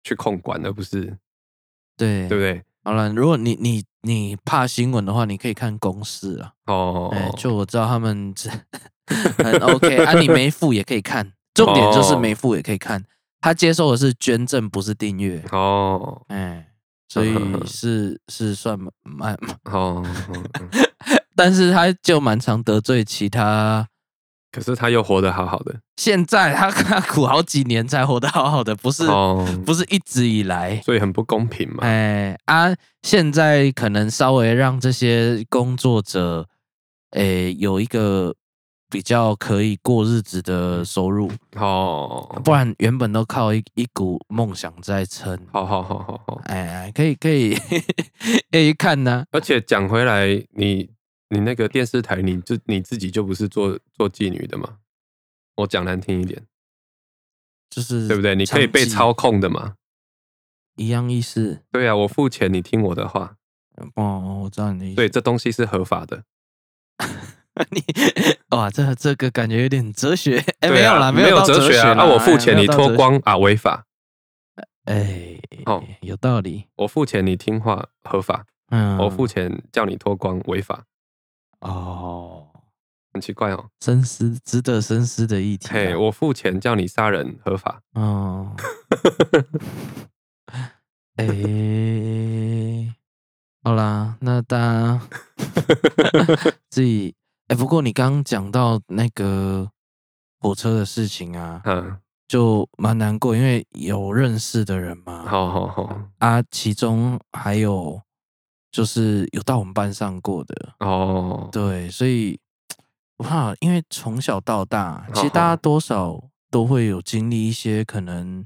[SPEAKER 3] 去控管，而不是
[SPEAKER 2] 对
[SPEAKER 3] 对不对？
[SPEAKER 2] 好了，如果你你你怕新闻的话，你可以看公式啊。
[SPEAKER 3] 哦，
[SPEAKER 2] 哎、就我知道他们 这很 OK 啊，你没付也可以看，重点就是
[SPEAKER 3] 哦
[SPEAKER 2] 没付也可以看。他接受的是捐赠，不是订阅，
[SPEAKER 3] 哦
[SPEAKER 2] 哎、所 以是是算蛮，蛮
[SPEAKER 3] 哦， 嗯
[SPEAKER 2] 但是他就蛮常得罪其他。
[SPEAKER 3] 可是他又活得好好的
[SPEAKER 2] 现在他他苦好几年才活得好好的，不是、
[SPEAKER 3] 哦，
[SPEAKER 2] 不是一直以来，
[SPEAKER 3] 所以很不公平嘛。
[SPEAKER 2] 哎、啊，现在可能稍微让这些工作者，哎、有一个比较可以过日子的收入。
[SPEAKER 3] 哦，
[SPEAKER 2] 不然原本都靠一一股梦想在撑。
[SPEAKER 3] 好好好好好。
[SPEAKER 2] 哎，可以可以，可以看呢、
[SPEAKER 3] 而且讲回来，你你那个电视台，你自你自己就不是做做妓女的嘛？我讲难听一点，
[SPEAKER 2] 就是
[SPEAKER 3] 对不对？你可以被
[SPEAKER 2] 娼妓
[SPEAKER 3] 操控的嘛？
[SPEAKER 2] 一样意思。
[SPEAKER 3] 对啊，我付钱，你听我的话，
[SPEAKER 2] 哦，我知道你的意思。
[SPEAKER 3] 对，，这东西是合法的。
[SPEAKER 2] 你哇，这这个感觉有点哲学。哎，
[SPEAKER 3] 对
[SPEAKER 2] 没有
[SPEAKER 3] 啊
[SPEAKER 2] 啦，
[SPEAKER 3] 没
[SPEAKER 2] 有到
[SPEAKER 3] 哲
[SPEAKER 2] 学
[SPEAKER 3] 啊！
[SPEAKER 2] 啦
[SPEAKER 3] 那我付
[SPEAKER 2] 哎
[SPEAKER 3] 钱，
[SPEAKER 2] 没
[SPEAKER 3] 你
[SPEAKER 2] 有到
[SPEAKER 3] 脱
[SPEAKER 2] 哲学。
[SPEAKER 3] 光啊，违法；
[SPEAKER 2] 哎，
[SPEAKER 3] 哦
[SPEAKER 2] 有道理。
[SPEAKER 3] 我付钱，你听话，合法；
[SPEAKER 2] 嗯，
[SPEAKER 3] 我付钱叫你脱光，违法。
[SPEAKER 2] 哦，
[SPEAKER 3] 很奇怪哦，
[SPEAKER 2] 深思值得深思的议题啊。
[SPEAKER 3] 嘿，我付钱叫你杀人，合法。
[SPEAKER 2] 哦，哎、好啦，那大家自己哎、不过你刚刚讲到那个火车的事情啊，
[SPEAKER 3] 嗯，
[SPEAKER 2] 就蛮难过，因为有认识的人嘛，
[SPEAKER 3] 好好好，
[SPEAKER 2] 啊，其中还有就是有到我们班上过的，
[SPEAKER 3] 哦，
[SPEAKER 2] 对，所以我怕，因为从小到大，其实
[SPEAKER 3] 好
[SPEAKER 2] 大
[SPEAKER 3] 好
[SPEAKER 2] 家多少都会有经历一些可能，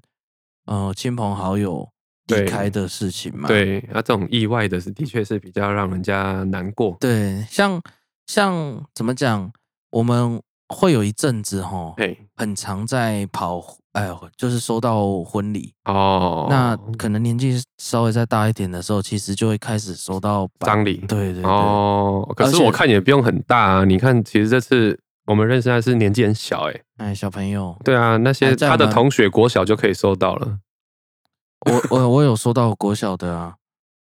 [SPEAKER 2] 呃，亲朋好友离
[SPEAKER 3] 对
[SPEAKER 2] 开的事情嘛。
[SPEAKER 3] 对，那、这种意外的是，的确是比较让人家难过。
[SPEAKER 2] 对，像像怎么讲，我们会有一阵子哈，
[SPEAKER 3] 嘿，
[SPEAKER 2] 很常在跑，哎呦，就是收到婚礼，
[SPEAKER 3] 哦，
[SPEAKER 2] 那可能年纪稍微再大一点的时候，其实就会开始收到白
[SPEAKER 3] 张力
[SPEAKER 2] 对对对，
[SPEAKER 3] 哦，可
[SPEAKER 2] 而
[SPEAKER 3] 是
[SPEAKER 2] 且
[SPEAKER 3] 我看也不用很大啊。你看，其实这次我们认识他是年纪很小、欸，哎，
[SPEAKER 2] 哎，小朋友，
[SPEAKER 3] 对啊，那些
[SPEAKER 2] 哎在我
[SPEAKER 3] 他的
[SPEAKER 2] 们
[SPEAKER 3] 同学国小就可以收到了。
[SPEAKER 2] 我我我有收到国小的啊。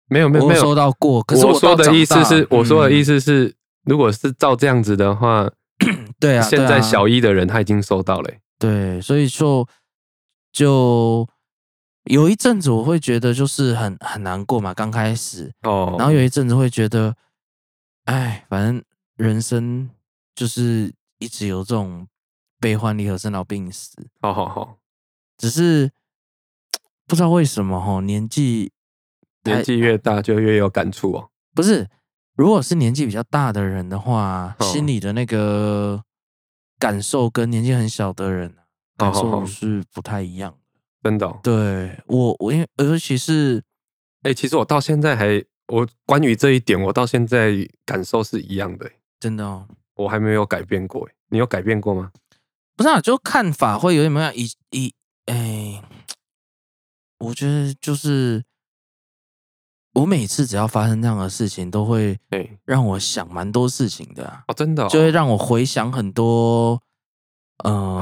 [SPEAKER 3] 没有没有
[SPEAKER 2] 我
[SPEAKER 3] 没
[SPEAKER 2] 有
[SPEAKER 3] 有
[SPEAKER 2] 收到过，可是
[SPEAKER 3] 我说
[SPEAKER 2] 到
[SPEAKER 3] 的
[SPEAKER 2] 长
[SPEAKER 3] 意思
[SPEAKER 2] 大
[SPEAKER 3] 是，我说的意
[SPEAKER 2] 嗯
[SPEAKER 3] 思是，如果是照这样子的话，
[SPEAKER 2] 对啊，
[SPEAKER 3] 现
[SPEAKER 2] 对
[SPEAKER 3] 在
[SPEAKER 2] 啊
[SPEAKER 3] 小一的人他已经收到了、欸
[SPEAKER 2] 对，所以就就有一阵子我会觉得就是很很难过嘛，刚开始，
[SPEAKER 3] 哦，
[SPEAKER 2] 然后有一阵子会觉得，哎，反正人生就是一直有这种悲欢离合、生老病死，
[SPEAKER 3] 好好好，
[SPEAKER 2] 只是不知道为什么吼，年纪
[SPEAKER 3] 年
[SPEAKER 2] 太
[SPEAKER 3] 纪越大就越有感触哦。
[SPEAKER 2] 不是，如果是年纪比较大的人的话，
[SPEAKER 3] 哦
[SPEAKER 2] 心里的那个感受跟年纪很小的人啊感
[SPEAKER 3] 好好
[SPEAKER 2] 受
[SPEAKER 3] 好
[SPEAKER 2] 是不太一样的。
[SPEAKER 3] 真的、哦，
[SPEAKER 2] 对我，我因为尤其是
[SPEAKER 3] 哎、其实我到现在还，我关于这一点，我到现在感受是一样的、
[SPEAKER 2] 真的哦。
[SPEAKER 3] 我还没有改变过、你有改变过吗？
[SPEAKER 2] 不是啊，就看法会有点不一样。以以哎、我觉得就是我每次只要发生这样的事情，都会
[SPEAKER 3] 哎、
[SPEAKER 2] 让我想蛮多事情的啊、
[SPEAKER 3] 哦，真的哦、
[SPEAKER 2] 就会让我回想很多，嗯、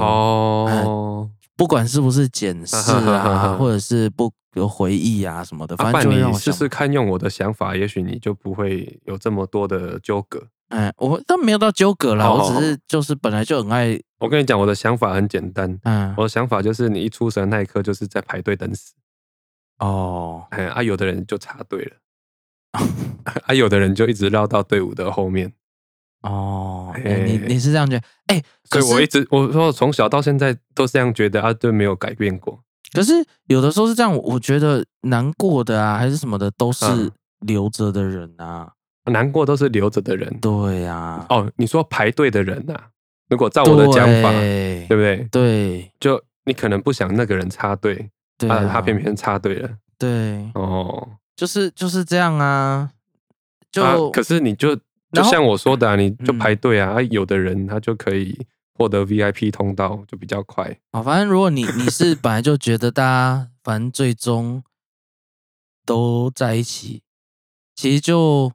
[SPEAKER 2] 哎
[SPEAKER 3] 哦，
[SPEAKER 2] 不管是不是检 视啊，或者是不有回忆啊什么的，反
[SPEAKER 3] 阿爸，
[SPEAKER 2] 正就会让
[SPEAKER 3] 你
[SPEAKER 2] 我
[SPEAKER 3] 试
[SPEAKER 2] 想。
[SPEAKER 3] 试看用我的想法，也许你就不会有这么多的纠葛。
[SPEAKER 2] 哎，我但没有到纠葛啦，
[SPEAKER 3] 哦
[SPEAKER 2] 我只是就是本来就很爱，
[SPEAKER 3] 我跟你讲，我的想法很简单，
[SPEAKER 2] 嗯，
[SPEAKER 3] 我的想法就是你一出生那一刻就是在排队等死，
[SPEAKER 2] 哦，
[SPEAKER 3] 哎啊，有的人就插队 了，啊，有的人就一直绕到队伍的后面。
[SPEAKER 2] 哦，哎
[SPEAKER 3] 哎
[SPEAKER 2] 你你是这样觉得？哎，可
[SPEAKER 3] 所
[SPEAKER 2] 是
[SPEAKER 3] 以我一直我说我从小到现在都这样觉得啊，对，没有改变过。
[SPEAKER 2] 可是有的时候是这样，我我觉得难过的啊，还是什么的，都是
[SPEAKER 3] 嗯
[SPEAKER 2] 留着的人啊。
[SPEAKER 3] 难过都是留着的人。
[SPEAKER 2] 对啊，
[SPEAKER 3] 哦，你说排队的人呐、啊如果照我的讲法，
[SPEAKER 2] 对
[SPEAKER 3] 对不对？
[SPEAKER 2] 对
[SPEAKER 3] 就你可能不想那个人插队，
[SPEAKER 2] 对
[SPEAKER 3] 啊，
[SPEAKER 2] 啊，
[SPEAKER 3] 他偏偏插队了。
[SPEAKER 2] 对，
[SPEAKER 3] 哦，
[SPEAKER 2] 就是就是这样啊。就、
[SPEAKER 3] 啊可是你就就
[SPEAKER 2] 然后
[SPEAKER 3] 像我说的、啊，你就
[SPEAKER 2] 嗯
[SPEAKER 3] 排队啊，啊有的人他就可以获得 VIP 通道，就比较快。
[SPEAKER 2] 哦，反正如果你你是本来就觉得大家反正最终都在一起，其实就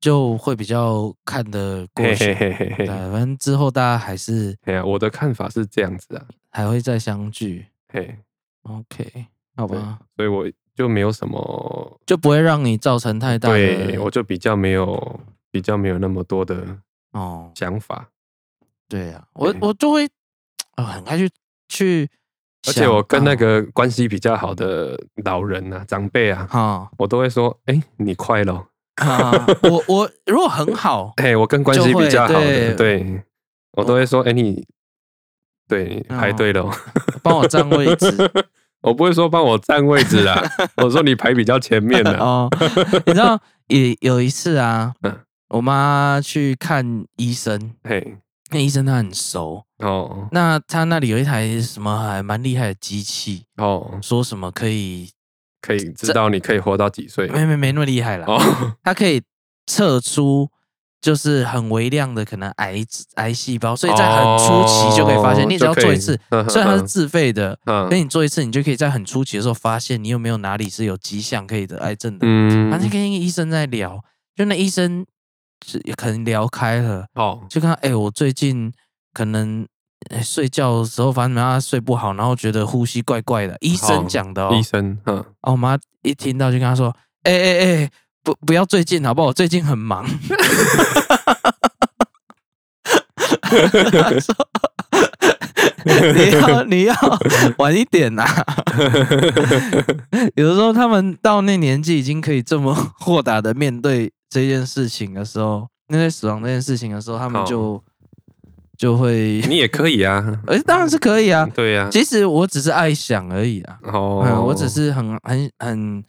[SPEAKER 2] 就会比较看得过
[SPEAKER 3] 嘿
[SPEAKER 2] 去。
[SPEAKER 3] 嘿嘿嘿
[SPEAKER 2] 对，啊
[SPEAKER 3] 嘿。
[SPEAKER 2] 反正之后大家还是
[SPEAKER 3] 哎呀，我的看法是这样子啊，
[SPEAKER 2] 还会再相聚。
[SPEAKER 3] 嘿，
[SPEAKER 2] OK，好
[SPEAKER 3] 对
[SPEAKER 2] 吧，
[SPEAKER 3] 所以我就没有什么，
[SPEAKER 2] 就不会让你造成太大的
[SPEAKER 3] 嗯对我就比较没有比较没有那么多的
[SPEAKER 2] 哦，
[SPEAKER 3] 想法，
[SPEAKER 2] 对啊，我
[SPEAKER 3] 对
[SPEAKER 2] 我就会啊、很快去去
[SPEAKER 3] 而
[SPEAKER 2] 想到，
[SPEAKER 3] 且我跟那个关系比较好的老人啊、长辈啊，
[SPEAKER 2] 哈
[SPEAKER 3] 我都会说，哎、你快乐。
[SPEAKER 2] 啊，我我如果很好，
[SPEAKER 3] 哎、我跟关系
[SPEAKER 2] 就会
[SPEAKER 3] 比较好
[SPEAKER 2] 对哦
[SPEAKER 3] 的，对我都会说，哎、你对你排队了哦，
[SPEAKER 2] 帮我占位置
[SPEAKER 3] 我不会说帮我占位置 啦，我说你排比较前面啊的，
[SPEAKER 2] 哦， 你知道也有一次啊
[SPEAKER 3] 嗯，
[SPEAKER 2] 我妈去看医生，
[SPEAKER 3] 嘿，
[SPEAKER 2] 那医生他很熟，
[SPEAKER 3] 哦
[SPEAKER 2] 那他那里有一台什么还蛮厉害的机器，
[SPEAKER 3] 哦，
[SPEAKER 2] 说什么可以，
[SPEAKER 3] 可以知道你可以活到几岁
[SPEAKER 2] 没没没那么厉害啦，
[SPEAKER 3] 哦，
[SPEAKER 2] 它可以测出就是很微量的可能癌子癌细胞，所以在很初期就可以发现。
[SPEAKER 3] 哦
[SPEAKER 2] 你只要做一次
[SPEAKER 3] 就可以，
[SPEAKER 2] 虽然它是哎自费的，
[SPEAKER 3] 嗯
[SPEAKER 2] 跟你做一次，你就可以在很初期的时候发现你有没有哪里是有迹象可以得癌症的。反正
[SPEAKER 3] 嗯，
[SPEAKER 2] 跟医生在聊，就那医生是可能聊开了，
[SPEAKER 3] 好，
[SPEAKER 2] 就看哎、我最近可能。哎睡觉的时候，反正他睡不好，然后觉得呼吸怪怪的。医生
[SPEAKER 3] 好
[SPEAKER 2] 讲的哦，
[SPEAKER 3] 医生，嗯，
[SPEAKER 2] 啊，我妈一听到就跟她说：“哎哎哎，不不要最近好不好？我最近很忙。”她说 你要你要晚一点呐、有的时候他们到那年纪，已经可以这么豁达的面对这件事情的时候，面对死亡这件事情的时候，他们
[SPEAKER 3] 好
[SPEAKER 2] 就就会，
[SPEAKER 3] 你也可以啊，
[SPEAKER 2] 而、当然是可以啊。
[SPEAKER 3] 对呀、
[SPEAKER 2] 其实我只是爱想而已啊。
[SPEAKER 3] 哦、
[SPEAKER 2] 嗯，我只是很很很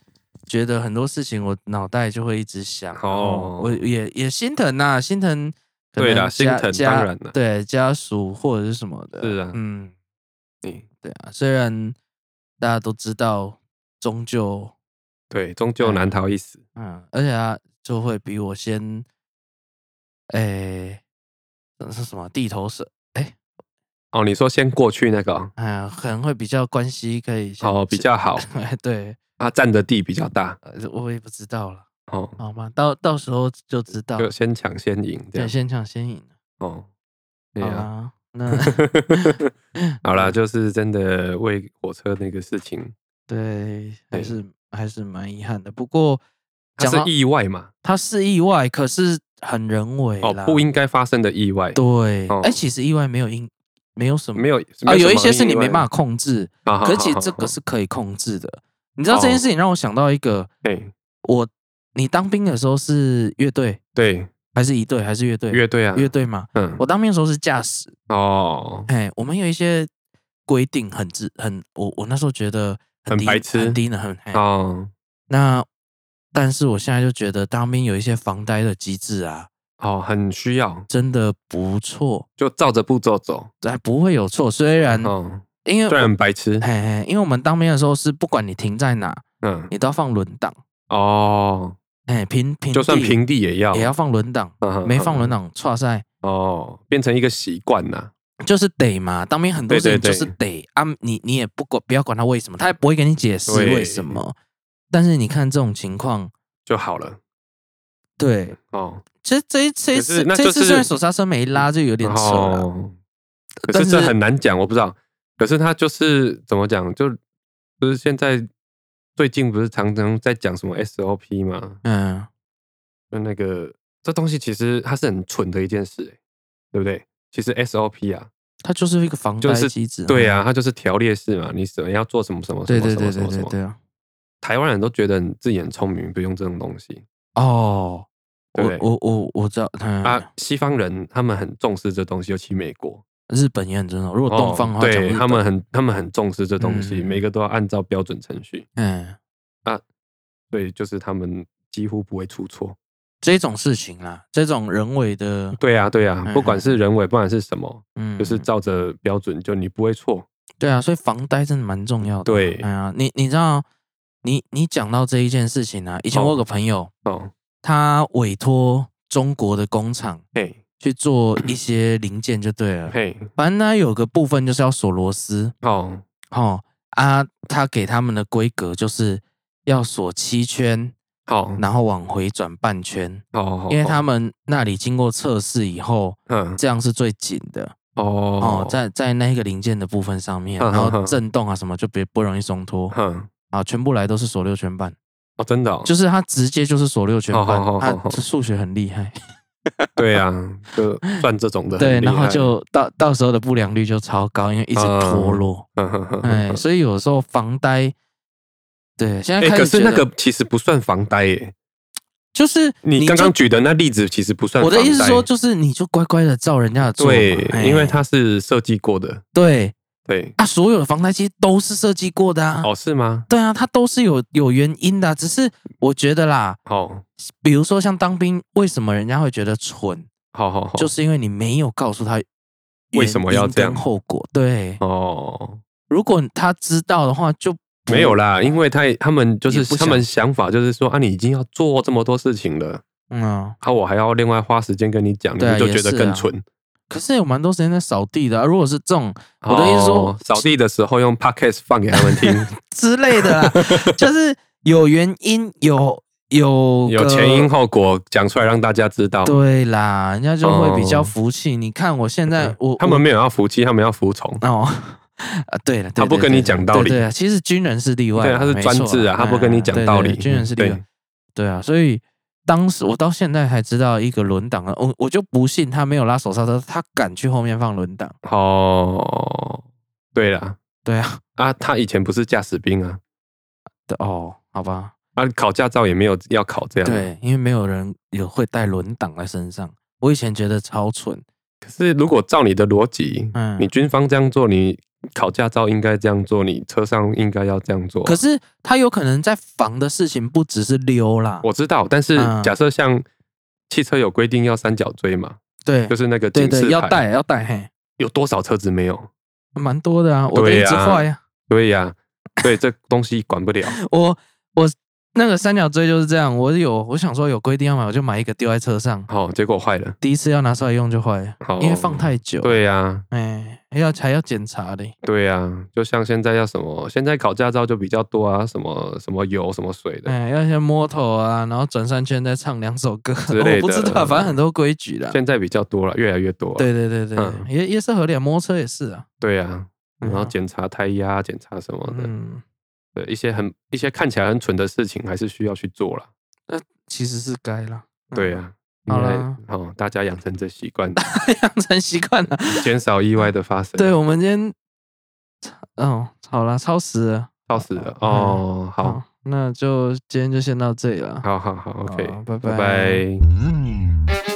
[SPEAKER 2] 觉得很多事情，我脑袋就会一直想。哦
[SPEAKER 3] 哦，
[SPEAKER 2] 我也也心疼呐、心疼可能
[SPEAKER 3] 对
[SPEAKER 2] 家。
[SPEAKER 3] 啦心疼
[SPEAKER 2] 家
[SPEAKER 3] 当然啦
[SPEAKER 2] 对家属或者是什么的。
[SPEAKER 3] 是啊
[SPEAKER 2] 嗯，
[SPEAKER 3] 嗯
[SPEAKER 2] 对啊。虽然大家都知道，终究，
[SPEAKER 3] 对，终究难逃一死。
[SPEAKER 2] 嗯，而且他就会比我先，诶、这是什么地头蛇？
[SPEAKER 3] 哦，你说先过去那个哦
[SPEAKER 2] 哎、呀，可能会比较关系可以先
[SPEAKER 3] 哦，比较好，
[SPEAKER 2] 对，
[SPEAKER 3] 他占的地比较大
[SPEAKER 2] 呃我也不知道了，
[SPEAKER 3] 哦，
[SPEAKER 2] 好吗？到到时候就知道。
[SPEAKER 3] 就先抢先赢这
[SPEAKER 2] 对，
[SPEAKER 3] 样
[SPEAKER 2] 先抢先赢。
[SPEAKER 3] 哦。对
[SPEAKER 2] 好啊
[SPEAKER 3] 呀，
[SPEAKER 2] 啦，那
[SPEAKER 3] 好啦，就是真的为火车那个事情，
[SPEAKER 2] 对，还
[SPEAKER 3] 对
[SPEAKER 2] 是还是蛮遗憾的。不过
[SPEAKER 3] 它
[SPEAKER 2] 讲
[SPEAKER 3] 是
[SPEAKER 2] 到
[SPEAKER 3] 意外嘛？
[SPEAKER 2] 它是意外，可是很人为
[SPEAKER 3] 哦，
[SPEAKER 2] 啦
[SPEAKER 3] 不应该发生的意外，
[SPEAKER 2] 对。
[SPEAKER 3] 哦
[SPEAKER 2] 哎，其实意外没有因，没有什么
[SPEAKER 3] 没有
[SPEAKER 2] 啊，有一些是你没办法
[SPEAKER 3] 法。
[SPEAKER 2] 控制，
[SPEAKER 3] 好好
[SPEAKER 2] 可是其
[SPEAKER 3] 啊好
[SPEAKER 2] 实这
[SPEAKER 3] 好
[SPEAKER 2] 个是可以控制的。你知道这件
[SPEAKER 3] 哦
[SPEAKER 2] 事情让我想到一个，
[SPEAKER 3] 哎，
[SPEAKER 2] 我你当兵的时候是乐队
[SPEAKER 3] 对，
[SPEAKER 2] 还是一队还是乐队？
[SPEAKER 3] 乐队啊，
[SPEAKER 2] 乐队嘛，
[SPEAKER 3] 嗯，
[SPEAKER 2] 我当兵的时候是驾驶，
[SPEAKER 3] 哦，
[SPEAKER 2] 哎，我们有一些规定很自很，我我那时候觉得
[SPEAKER 3] 很
[SPEAKER 2] 低
[SPEAKER 3] 白痴
[SPEAKER 2] 很低能，很哎
[SPEAKER 3] 哦，
[SPEAKER 2] 那但是我现在就觉得当兵有一些防呆的机制啊，
[SPEAKER 3] 哦，很需要，
[SPEAKER 2] 真的不错，
[SPEAKER 3] 就照着步骤走。
[SPEAKER 2] 还不会有错。虽然
[SPEAKER 3] 哦，
[SPEAKER 2] 因为哎
[SPEAKER 3] 虽然很白痴
[SPEAKER 2] 嘿，嘿，因为我们当兵的时候是不管你停在哪，
[SPEAKER 3] 嗯，
[SPEAKER 2] 你都要放轮档，
[SPEAKER 3] 哦，
[SPEAKER 2] 哎，平平
[SPEAKER 3] 就算
[SPEAKER 2] 地
[SPEAKER 3] 平地也要，
[SPEAKER 2] 也要放轮挡，
[SPEAKER 3] 嗯哼
[SPEAKER 2] 没放轮啊
[SPEAKER 3] 嗯
[SPEAKER 2] 挡，错赛
[SPEAKER 3] 哼哦，变成一个习惯呐。
[SPEAKER 2] 就是得嘛，当兵很多
[SPEAKER 3] 对
[SPEAKER 2] 事情
[SPEAKER 3] 对
[SPEAKER 2] 就是得啊，你你也不管不要管他为什么，他也不会跟你解释
[SPEAKER 3] 对
[SPEAKER 2] 为什么。但是你看这种情况，
[SPEAKER 3] 就好了
[SPEAKER 2] 对，
[SPEAKER 3] 哦。
[SPEAKER 2] 其实这一这一
[SPEAKER 3] 可
[SPEAKER 2] 次
[SPEAKER 3] 是那
[SPEAKER 2] 这一
[SPEAKER 3] 就
[SPEAKER 2] 次
[SPEAKER 3] 是
[SPEAKER 2] 虽然手刹车没拉，就有点扯了。
[SPEAKER 3] 哦，可
[SPEAKER 2] 但
[SPEAKER 3] 是
[SPEAKER 2] 是
[SPEAKER 3] 这很难讲，我不知道。可是他就是怎么讲，就就是现在最近不是常常在讲什么 SOP 嘛？
[SPEAKER 2] 嗯，
[SPEAKER 3] 就那个这东西其实它是很蠢的一件事、欸对不对？其实 SOP 啊，
[SPEAKER 2] 它就是一个防
[SPEAKER 3] 就
[SPEAKER 2] 呆
[SPEAKER 3] 是
[SPEAKER 2] 机制。
[SPEAKER 3] 对
[SPEAKER 2] 嗯
[SPEAKER 3] 啊，，它就是条列式嘛，你什么要做什么什么什
[SPEAKER 2] 对
[SPEAKER 3] 么
[SPEAKER 2] 对
[SPEAKER 3] 什
[SPEAKER 2] 对
[SPEAKER 3] 么什
[SPEAKER 2] 对
[SPEAKER 3] 么什
[SPEAKER 2] 对
[SPEAKER 3] 么。
[SPEAKER 2] 对啊。
[SPEAKER 3] 台湾人都觉得你自己很聪明，不用这种东西
[SPEAKER 2] 哦，
[SPEAKER 3] 对
[SPEAKER 2] 我
[SPEAKER 3] 不对
[SPEAKER 2] 我我我知道，嗯，
[SPEAKER 3] 啊。西方人他们很重视这东西，尤其美国，
[SPEAKER 2] 日本也很尊重。如果东方的
[SPEAKER 3] 哦
[SPEAKER 2] 话，讲
[SPEAKER 3] 对
[SPEAKER 2] 日
[SPEAKER 3] 他们
[SPEAKER 2] 本，
[SPEAKER 3] 很他们很重视这东西，
[SPEAKER 2] 嗯
[SPEAKER 3] 每个都要按照标准程序，
[SPEAKER 2] 嗯，
[SPEAKER 3] 所以就是他们几乎不会出错。
[SPEAKER 2] 这种事情啦，这种人为的，
[SPEAKER 3] 对啊，对啊
[SPEAKER 2] 嗯，
[SPEAKER 3] 不管是人为，不管是什么，
[SPEAKER 2] 嗯，
[SPEAKER 3] 就是照着标准，就你不会错。
[SPEAKER 2] 对啊，所以防呆真的蛮重要的。
[SPEAKER 3] 对
[SPEAKER 2] 哎呀，你你知道，你你讲到这一件事情啊，以前
[SPEAKER 3] 哦
[SPEAKER 2] 我有个朋友，
[SPEAKER 3] 哦，
[SPEAKER 2] 他委托中国的工厂
[SPEAKER 3] 嘿，
[SPEAKER 2] 去做一些零件就对了，
[SPEAKER 3] 嘿，
[SPEAKER 2] 反正他有个部分就是要锁螺丝，
[SPEAKER 3] 哦，
[SPEAKER 2] 哦啊，他给他们的规格就是要锁七圈，
[SPEAKER 3] 好，好
[SPEAKER 2] 然后往回转半圈，
[SPEAKER 3] 好，好
[SPEAKER 2] 因为他，们那里经过测试以后，
[SPEAKER 3] 嗯，
[SPEAKER 2] 这样是最紧的
[SPEAKER 3] 哦
[SPEAKER 2] 哦，，在在那一个零件的部分上面，
[SPEAKER 3] 哼
[SPEAKER 2] 然
[SPEAKER 3] 哼
[SPEAKER 2] 后
[SPEAKER 3] 哼
[SPEAKER 2] 震动啊什么就别不容易松脱
[SPEAKER 3] 嗯，
[SPEAKER 2] 啊，全部来都是锁六圈半，
[SPEAKER 3] 哦，真的哦，
[SPEAKER 2] 就是他直接就是锁六圈
[SPEAKER 3] 好好
[SPEAKER 2] 半，
[SPEAKER 3] 好
[SPEAKER 2] 他
[SPEAKER 3] 好好
[SPEAKER 2] 数学哦很厉害，
[SPEAKER 3] 对啊，就算这种的，
[SPEAKER 2] 对，
[SPEAKER 3] 很厉
[SPEAKER 2] 然后
[SPEAKER 3] 害，
[SPEAKER 2] 就到到时候的不良率就超高，因为一直脱落，
[SPEAKER 3] 嗯哼哼哼
[SPEAKER 2] 哎，
[SPEAKER 3] 哼
[SPEAKER 2] 所以有时候房呆，对，现在
[SPEAKER 3] 哎，
[SPEAKER 2] 开
[SPEAKER 3] 可
[SPEAKER 2] 始觉
[SPEAKER 3] 是那
[SPEAKER 2] 得
[SPEAKER 3] 个其实不算房呆耶，
[SPEAKER 2] 就是
[SPEAKER 3] 你
[SPEAKER 2] 就
[SPEAKER 3] 刚刚举的那例子其实不算
[SPEAKER 2] 我
[SPEAKER 3] 房呆。
[SPEAKER 2] 的意思说就是你就乖乖的照人家的做嘛，
[SPEAKER 3] 对，
[SPEAKER 2] 哎
[SPEAKER 3] 因为它是设计过的，
[SPEAKER 2] 对
[SPEAKER 3] 对，
[SPEAKER 2] 啊，所有的防呆机都是设计过的啊。
[SPEAKER 3] 哦，是吗？
[SPEAKER 2] 对啊，它都是有有原因的啊、只是我觉得啦，
[SPEAKER 3] 好，
[SPEAKER 2] 比如说像当兵，为什么人家会觉得蠢，
[SPEAKER 3] 好好好，
[SPEAKER 2] 就是因为你没有告诉他
[SPEAKER 3] 哦为什么要
[SPEAKER 2] 原因
[SPEAKER 3] 这样
[SPEAKER 2] 跟后果。对，
[SPEAKER 3] 哦，
[SPEAKER 2] 如果他知道的话，就
[SPEAKER 3] 没有啦，因为他他们就
[SPEAKER 2] 也
[SPEAKER 3] 是
[SPEAKER 2] 不
[SPEAKER 3] 他
[SPEAKER 2] 想
[SPEAKER 3] 们想法就是说啊，你已经要做这么多事情了，
[SPEAKER 2] 嗯啊、
[SPEAKER 3] 啊，我还要另外花时间跟你讲，你
[SPEAKER 2] 对啊
[SPEAKER 3] 们就觉得
[SPEAKER 2] 也是啊
[SPEAKER 3] 更蠢。
[SPEAKER 2] 可是有蛮多时间在扫地的啊、如果是这种我的意思说
[SPEAKER 3] 哦扫地的时候用 podcast 放给他们 听，
[SPEAKER 2] 之类的啦，就是 有原因，有有
[SPEAKER 3] 有
[SPEAKER 2] 个
[SPEAKER 3] 前因后果讲出来让大家知道。
[SPEAKER 2] 对啦，人家就会比较
[SPEAKER 3] 哦
[SPEAKER 2] 服气。你看我现在
[SPEAKER 3] 嗯，
[SPEAKER 2] 我
[SPEAKER 3] 他们没有要服气，他们要服从。
[SPEAKER 2] 哦， 啊，对了，对
[SPEAKER 3] 他不
[SPEAKER 2] 对
[SPEAKER 3] 跟
[SPEAKER 2] 对
[SPEAKER 3] 你
[SPEAKER 2] 对
[SPEAKER 3] 讲道
[SPEAKER 2] 对
[SPEAKER 3] 理
[SPEAKER 2] 对啊，其实军人是例外
[SPEAKER 3] 对
[SPEAKER 2] 啦，
[SPEAKER 3] 啊，他是
[SPEAKER 2] 没
[SPEAKER 3] 专
[SPEAKER 2] 错
[SPEAKER 3] 制
[SPEAKER 2] 啦
[SPEAKER 3] 啊，他不
[SPEAKER 2] 哎
[SPEAKER 3] 跟你
[SPEAKER 2] 呀
[SPEAKER 3] 讲
[SPEAKER 2] 对
[SPEAKER 3] 道
[SPEAKER 2] 对
[SPEAKER 3] 理。嗯
[SPEAKER 2] 军人是例外
[SPEAKER 3] 对，，
[SPEAKER 2] 对啊，所以当时我到现在才知道一个轮挡啊，我我就不信他没有拉手刹车，他敢去后面放轮挡，
[SPEAKER 3] 哦，对啦，
[SPEAKER 2] 对啊，
[SPEAKER 3] 啊，他以前不是驾驶兵啊，
[SPEAKER 2] 对哦，好吧，
[SPEAKER 3] 啊，考驾照也没有要考这样。，
[SPEAKER 2] 对，因为没有人有会带轮挡在身上，我以前觉得超蠢，
[SPEAKER 3] 可是如果照你的逻辑，
[SPEAKER 2] 嗯
[SPEAKER 3] 你，军方这样做，你考驾照应该这样做，你车上应该要这样做。
[SPEAKER 2] 可是他有可能在防的事情不只是溜啦，
[SPEAKER 3] 我知道，但是
[SPEAKER 2] 嗯
[SPEAKER 3] 假设像汽车有规定要三角锥嘛，
[SPEAKER 2] 对
[SPEAKER 3] 就。是那个
[SPEAKER 2] 对
[SPEAKER 3] 警示
[SPEAKER 2] 对，
[SPEAKER 3] 牌，
[SPEAKER 2] 要带要带，嘿，
[SPEAKER 3] 有多少车子没有？
[SPEAKER 2] 蛮多的啊，我的一
[SPEAKER 3] 对
[SPEAKER 2] 直
[SPEAKER 3] 啊
[SPEAKER 2] 坏呀、
[SPEAKER 3] 对呀、对这东西管 不了。
[SPEAKER 2] 我我那个三角锥就是这样，我有我想说有规定要买，我就买一个丢在车上，
[SPEAKER 3] 好、哦结果坏了。
[SPEAKER 2] 第一次要拿出来用就坏了，
[SPEAKER 3] 好，
[SPEAKER 2] 因为放太久。，
[SPEAKER 3] 哦对呀、
[SPEAKER 2] 哎，要还要检查的。
[SPEAKER 3] 对呀、就像现在要什么，现在考驾照就比较多啊，什么什么油、什么水的。
[SPEAKER 2] 哎，要先摸头啊，然后转三圈再唱两首歌
[SPEAKER 3] 之类
[SPEAKER 2] 我不知
[SPEAKER 3] 的
[SPEAKER 2] 道，反正很多规矩啦。
[SPEAKER 3] 现在比较多了，越来越多了。
[SPEAKER 2] 对对对对，
[SPEAKER 3] 嗯
[SPEAKER 2] 也也是合理啊，摩托车也是啊。
[SPEAKER 3] 对啊，然后
[SPEAKER 2] 嗯
[SPEAKER 3] 检查胎压、检查什么的，
[SPEAKER 2] 嗯，
[SPEAKER 3] 对一些很一些看起来很蠢的事情，还是需要去做啦。
[SPEAKER 2] 其实是该啦。嗯
[SPEAKER 3] 对，啊，
[SPEAKER 2] 好啦
[SPEAKER 3] 了，哦，大家养成这习 惯，
[SPEAKER 2] 养成习惯啊了。
[SPEAKER 3] 减少意外的发生。啊
[SPEAKER 2] 对，，我们今天，哦，好啦，超时了。
[SPEAKER 3] 笑死
[SPEAKER 2] 哎
[SPEAKER 3] 了。哦，好，，
[SPEAKER 2] 那就今天就先到这里了。
[SPEAKER 3] 好好好，OK，
[SPEAKER 2] 好拜拜
[SPEAKER 3] 拜拜。